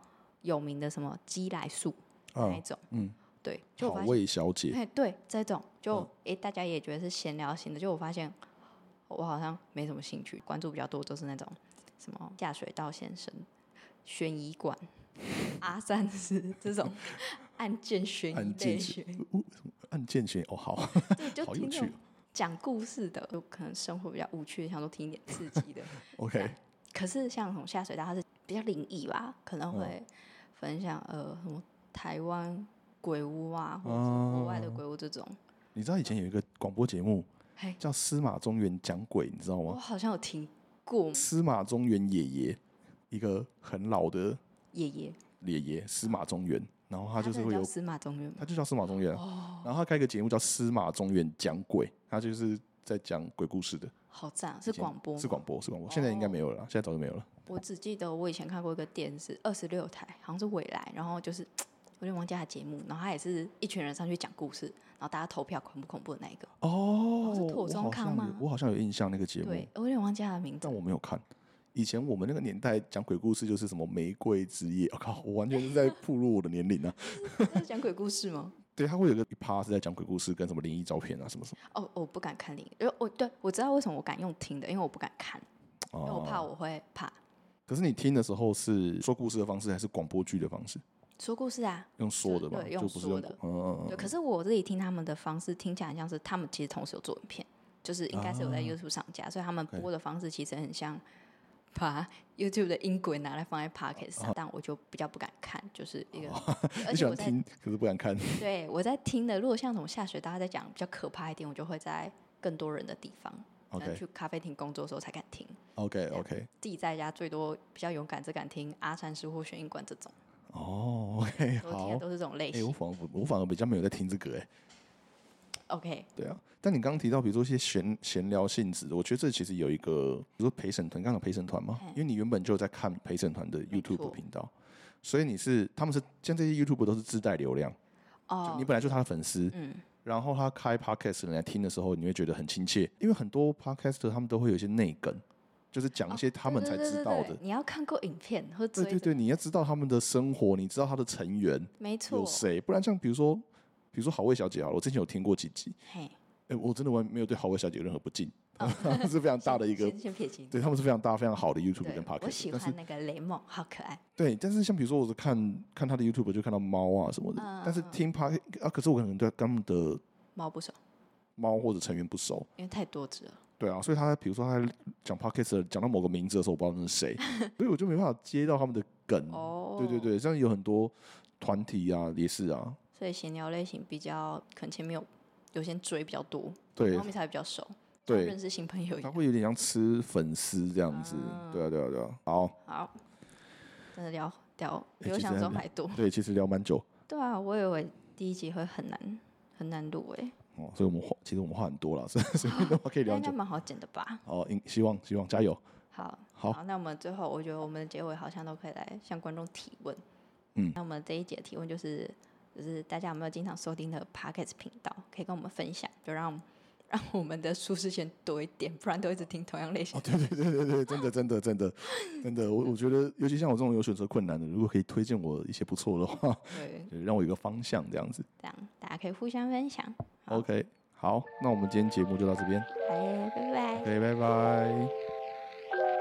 Speaker 1: 有名的什么鸡来素那一
Speaker 2: 啊，
Speaker 1: 种，
Speaker 2: 嗯，
Speaker 1: 对，就我
Speaker 2: 好
Speaker 1: 发现。
Speaker 2: 味小 姐，
Speaker 1: 哎，对，这种就
Speaker 2: 嗯
Speaker 1: 诶、大家也觉得是闲聊型的，就我发现我好像没什么兴趣，关注比较多都是那种什么下水道先生、悬疑馆、阿三斯 这 种案件悬疑
Speaker 2: 案
Speaker 1: 类
Speaker 2: 件
Speaker 1: 型，
Speaker 2: 按键选哦，好，
Speaker 1: 对，就
Speaker 2: 好有
Speaker 1: 听那
Speaker 2: 趣哦
Speaker 1: 种讲故事的，就可能生活比较无趣，想说听一点刺激 的。
Speaker 2: ，OK，
Speaker 1: 可是像那种下水道，它是比较灵异吧，可能
Speaker 2: 嗯
Speaker 1: 会分享呃什么台湾鬼屋啊，或者是国外
Speaker 2: 啊
Speaker 1: 的，鬼屋这种。
Speaker 2: 你知道以前有一个广播节目
Speaker 1: 嘿
Speaker 2: 叫《司马中原讲鬼》，你知道
Speaker 1: 我
Speaker 2: 吗？
Speaker 1: 好像有听过
Speaker 2: 司马中原爷爷，一个很老的
Speaker 1: 爷爷，
Speaker 2: 爷爷，司马中原，然后他
Speaker 1: 他
Speaker 2: 就是
Speaker 1: 真的
Speaker 2: 会
Speaker 1: 叫
Speaker 2: 有
Speaker 1: 司哦马中原吗？
Speaker 2: 他就叫司马中原啊、然后他开一个节目叫《司马中原讲鬼》，他就是在讲鬼故事的，
Speaker 1: 好赞啊，是
Speaker 2: 以前
Speaker 1: 广播
Speaker 2: 是
Speaker 1: 吗。
Speaker 2: 广播，是广播，现在应该没有了啦，现在早就没有了。
Speaker 1: 我只记得我以前看过一个电视，二十六台，好像是未来，然后就是我有点忘记他节目，然后他也是一群人上去讲故事，然后大家投票恐不恐怖的那一个。
Speaker 2: 哦
Speaker 1: 是妥
Speaker 2: 我
Speaker 1: 中
Speaker 2: 好
Speaker 1: 康
Speaker 2: 像有
Speaker 1: 吗
Speaker 2: 我好像有印象那个节目，
Speaker 1: 对，我有点忘记他的名字
Speaker 2: 但。我没有看。以前我们那个年代讲鬼故事就是什么玫瑰之夜，我、靠，我完全是在 暴露我的年龄啊！
Speaker 1: 他是讲鬼故事吗？
Speaker 2: 对，他会有一个一趴是在讲鬼故事跟什么灵异照片啊什么什么，
Speaker 1: 哦，我不敢看另一个，因为我对我知道为什么我敢用听的，因为我不敢看， 因为我
Speaker 2: 哦、
Speaker 1: 怕我会怕
Speaker 2: 可是你听的时候是说故事的方式还是广播剧的方式？
Speaker 1: 说故事啊。
Speaker 2: 用说的嘛，
Speaker 1: 对
Speaker 2: 就
Speaker 1: 用
Speaker 2: 不是
Speaker 1: 说
Speaker 2: 用
Speaker 1: 的
Speaker 2: 嗯嗯
Speaker 1: 对，可是我自己听他们的方式，听起来很像是他们其实同时有做影片，就是应该是有在
Speaker 2: 啊
Speaker 1: YouTube 上架，所以他们
Speaker 2: OK
Speaker 1: 播的方式其实很像把 YouTube 的音轨拿来放在 Pocket 上，但我就比较不敢看，就是一个，而
Speaker 2: 哦你喜
Speaker 1: 且我
Speaker 2: 欢
Speaker 1: 在
Speaker 2: 听可是不 敢看。
Speaker 1: 对我在听的，如果像什么下雪，大家在讲比较可怕一点，我就会在更多人的地方，可能
Speaker 2: OK
Speaker 1: 去咖啡厅工作的时候才敢听，
Speaker 2: OK OK，
Speaker 1: 自己在家最多比较勇敢，只敢听阿善师或悬疑馆这种，
Speaker 2: 哦，OK，
Speaker 1: 我听
Speaker 2: 好
Speaker 1: 的。都是这种类
Speaker 2: 哎、我
Speaker 1: 型。
Speaker 2: 反而不我反而比较没有在听这个哎、
Speaker 1: OK，
Speaker 2: 对啊。但你刚刚提到，比如说一些闲闲聊性质的，我觉得这其实有一个，比如说陪审团，刚刚有陪审团嘛，因为你原本就有在看陪审团的
Speaker 1: 没
Speaker 2: YouTube
Speaker 1: 错
Speaker 2: 频道，所以你是他们是像这些 YouTube 都是自带流量，就
Speaker 1: 哦
Speaker 2: 你，本来就是他的粉丝，
Speaker 1: 嗯，
Speaker 2: 然后他开 podcast 人来听的时候，你会觉得很亲切，因为很多 podcaster 他们都会有一些内梗，就是讲一些他们
Speaker 1: 哦对
Speaker 2: 才
Speaker 1: 对
Speaker 2: 知
Speaker 1: 对
Speaker 2: 道
Speaker 1: 对
Speaker 2: 的。
Speaker 1: 你要看过影片或追
Speaker 2: 对对
Speaker 1: 着
Speaker 2: 对，你要知道他们的生活，你知道他的成员
Speaker 1: 没错，
Speaker 2: 有谁，不然像比如说，比如说好味小姐好了，我之前有听过几集，
Speaker 1: 嘿，
Speaker 2: 哎，我真的完没有对好味小姐有任何不敬，
Speaker 1: 哦
Speaker 2: 是非常大的一个
Speaker 1: 先，先撇清。
Speaker 2: 对他们是非常大、非常好的 YouTube
Speaker 1: 对
Speaker 2: 跟 p o d
Speaker 1: 我
Speaker 2: c
Speaker 1: 喜
Speaker 2: a s t 但是
Speaker 1: 欢那个雷梦，好可爱。
Speaker 2: 对，但是像比如说我是看看他的 YouTube 就看到猫啊什么的，但是
Speaker 1: 嗯
Speaker 2: 听 p o d 啊，可是我可能对他们的
Speaker 1: 猫不熟，
Speaker 2: 猫或者成员不熟，
Speaker 1: 因为太多只了。
Speaker 2: 对啊，所以他在比如说他在讲 podcast 讲到某个名字的时候，我不知道那 是谁，所以我就没办法接到他们的梗。
Speaker 1: 哦，
Speaker 2: 嗯对对。对，像有很多团体啊，也是啊，
Speaker 1: 所以闲聊类型比较，可能前面有有些追比较多，然
Speaker 2: 对
Speaker 1: 后面才比较熟，
Speaker 2: 对
Speaker 1: 认，识新朋友一
Speaker 2: 他
Speaker 1: 样。
Speaker 2: 会有点像吃粉丝这样子。
Speaker 1: 啊
Speaker 2: 对啊对啊对啊，好，
Speaker 1: 好，真的聊聊
Speaker 2: 哎
Speaker 1: 比我
Speaker 2: 其实
Speaker 1: 想
Speaker 2: 还
Speaker 1: 中
Speaker 2: 蛮
Speaker 1: 还多。
Speaker 2: 对，其实聊蛮久
Speaker 1: 对啊，我以为第一集会很难很难录诶，
Speaker 2: 哦，所以我们话其实我们话很多了，所以 随便的话可以
Speaker 1: 那应
Speaker 2: 聊很
Speaker 1: 该
Speaker 2: 久。
Speaker 1: 蛮好剪的吧？
Speaker 2: 哦，应希望希望加油。
Speaker 1: 好，
Speaker 2: 好
Speaker 1: 那我们最后，我觉得我们的结尾好像都可以来向观众提问。
Speaker 2: 嗯
Speaker 1: 那我们这一节提问就是，就是大家有没有经常收听的 Pockets 频道，可以跟我们分享，就让让我们的舒适圈多一点，不然都一直听同样类型
Speaker 2: 哦，。对 对对对对，真的真的真的真的，我我觉得，尤其像我这种有选择困难的，如果可以推荐我一些不错的话，
Speaker 1: 对，
Speaker 2: 对让我有个方向这样子。
Speaker 1: 这样大家可以互相分享。好
Speaker 2: OK，好，那我们今天节目就到这边。
Speaker 1: 好耶，拜拜。
Speaker 2: OK，拜拜。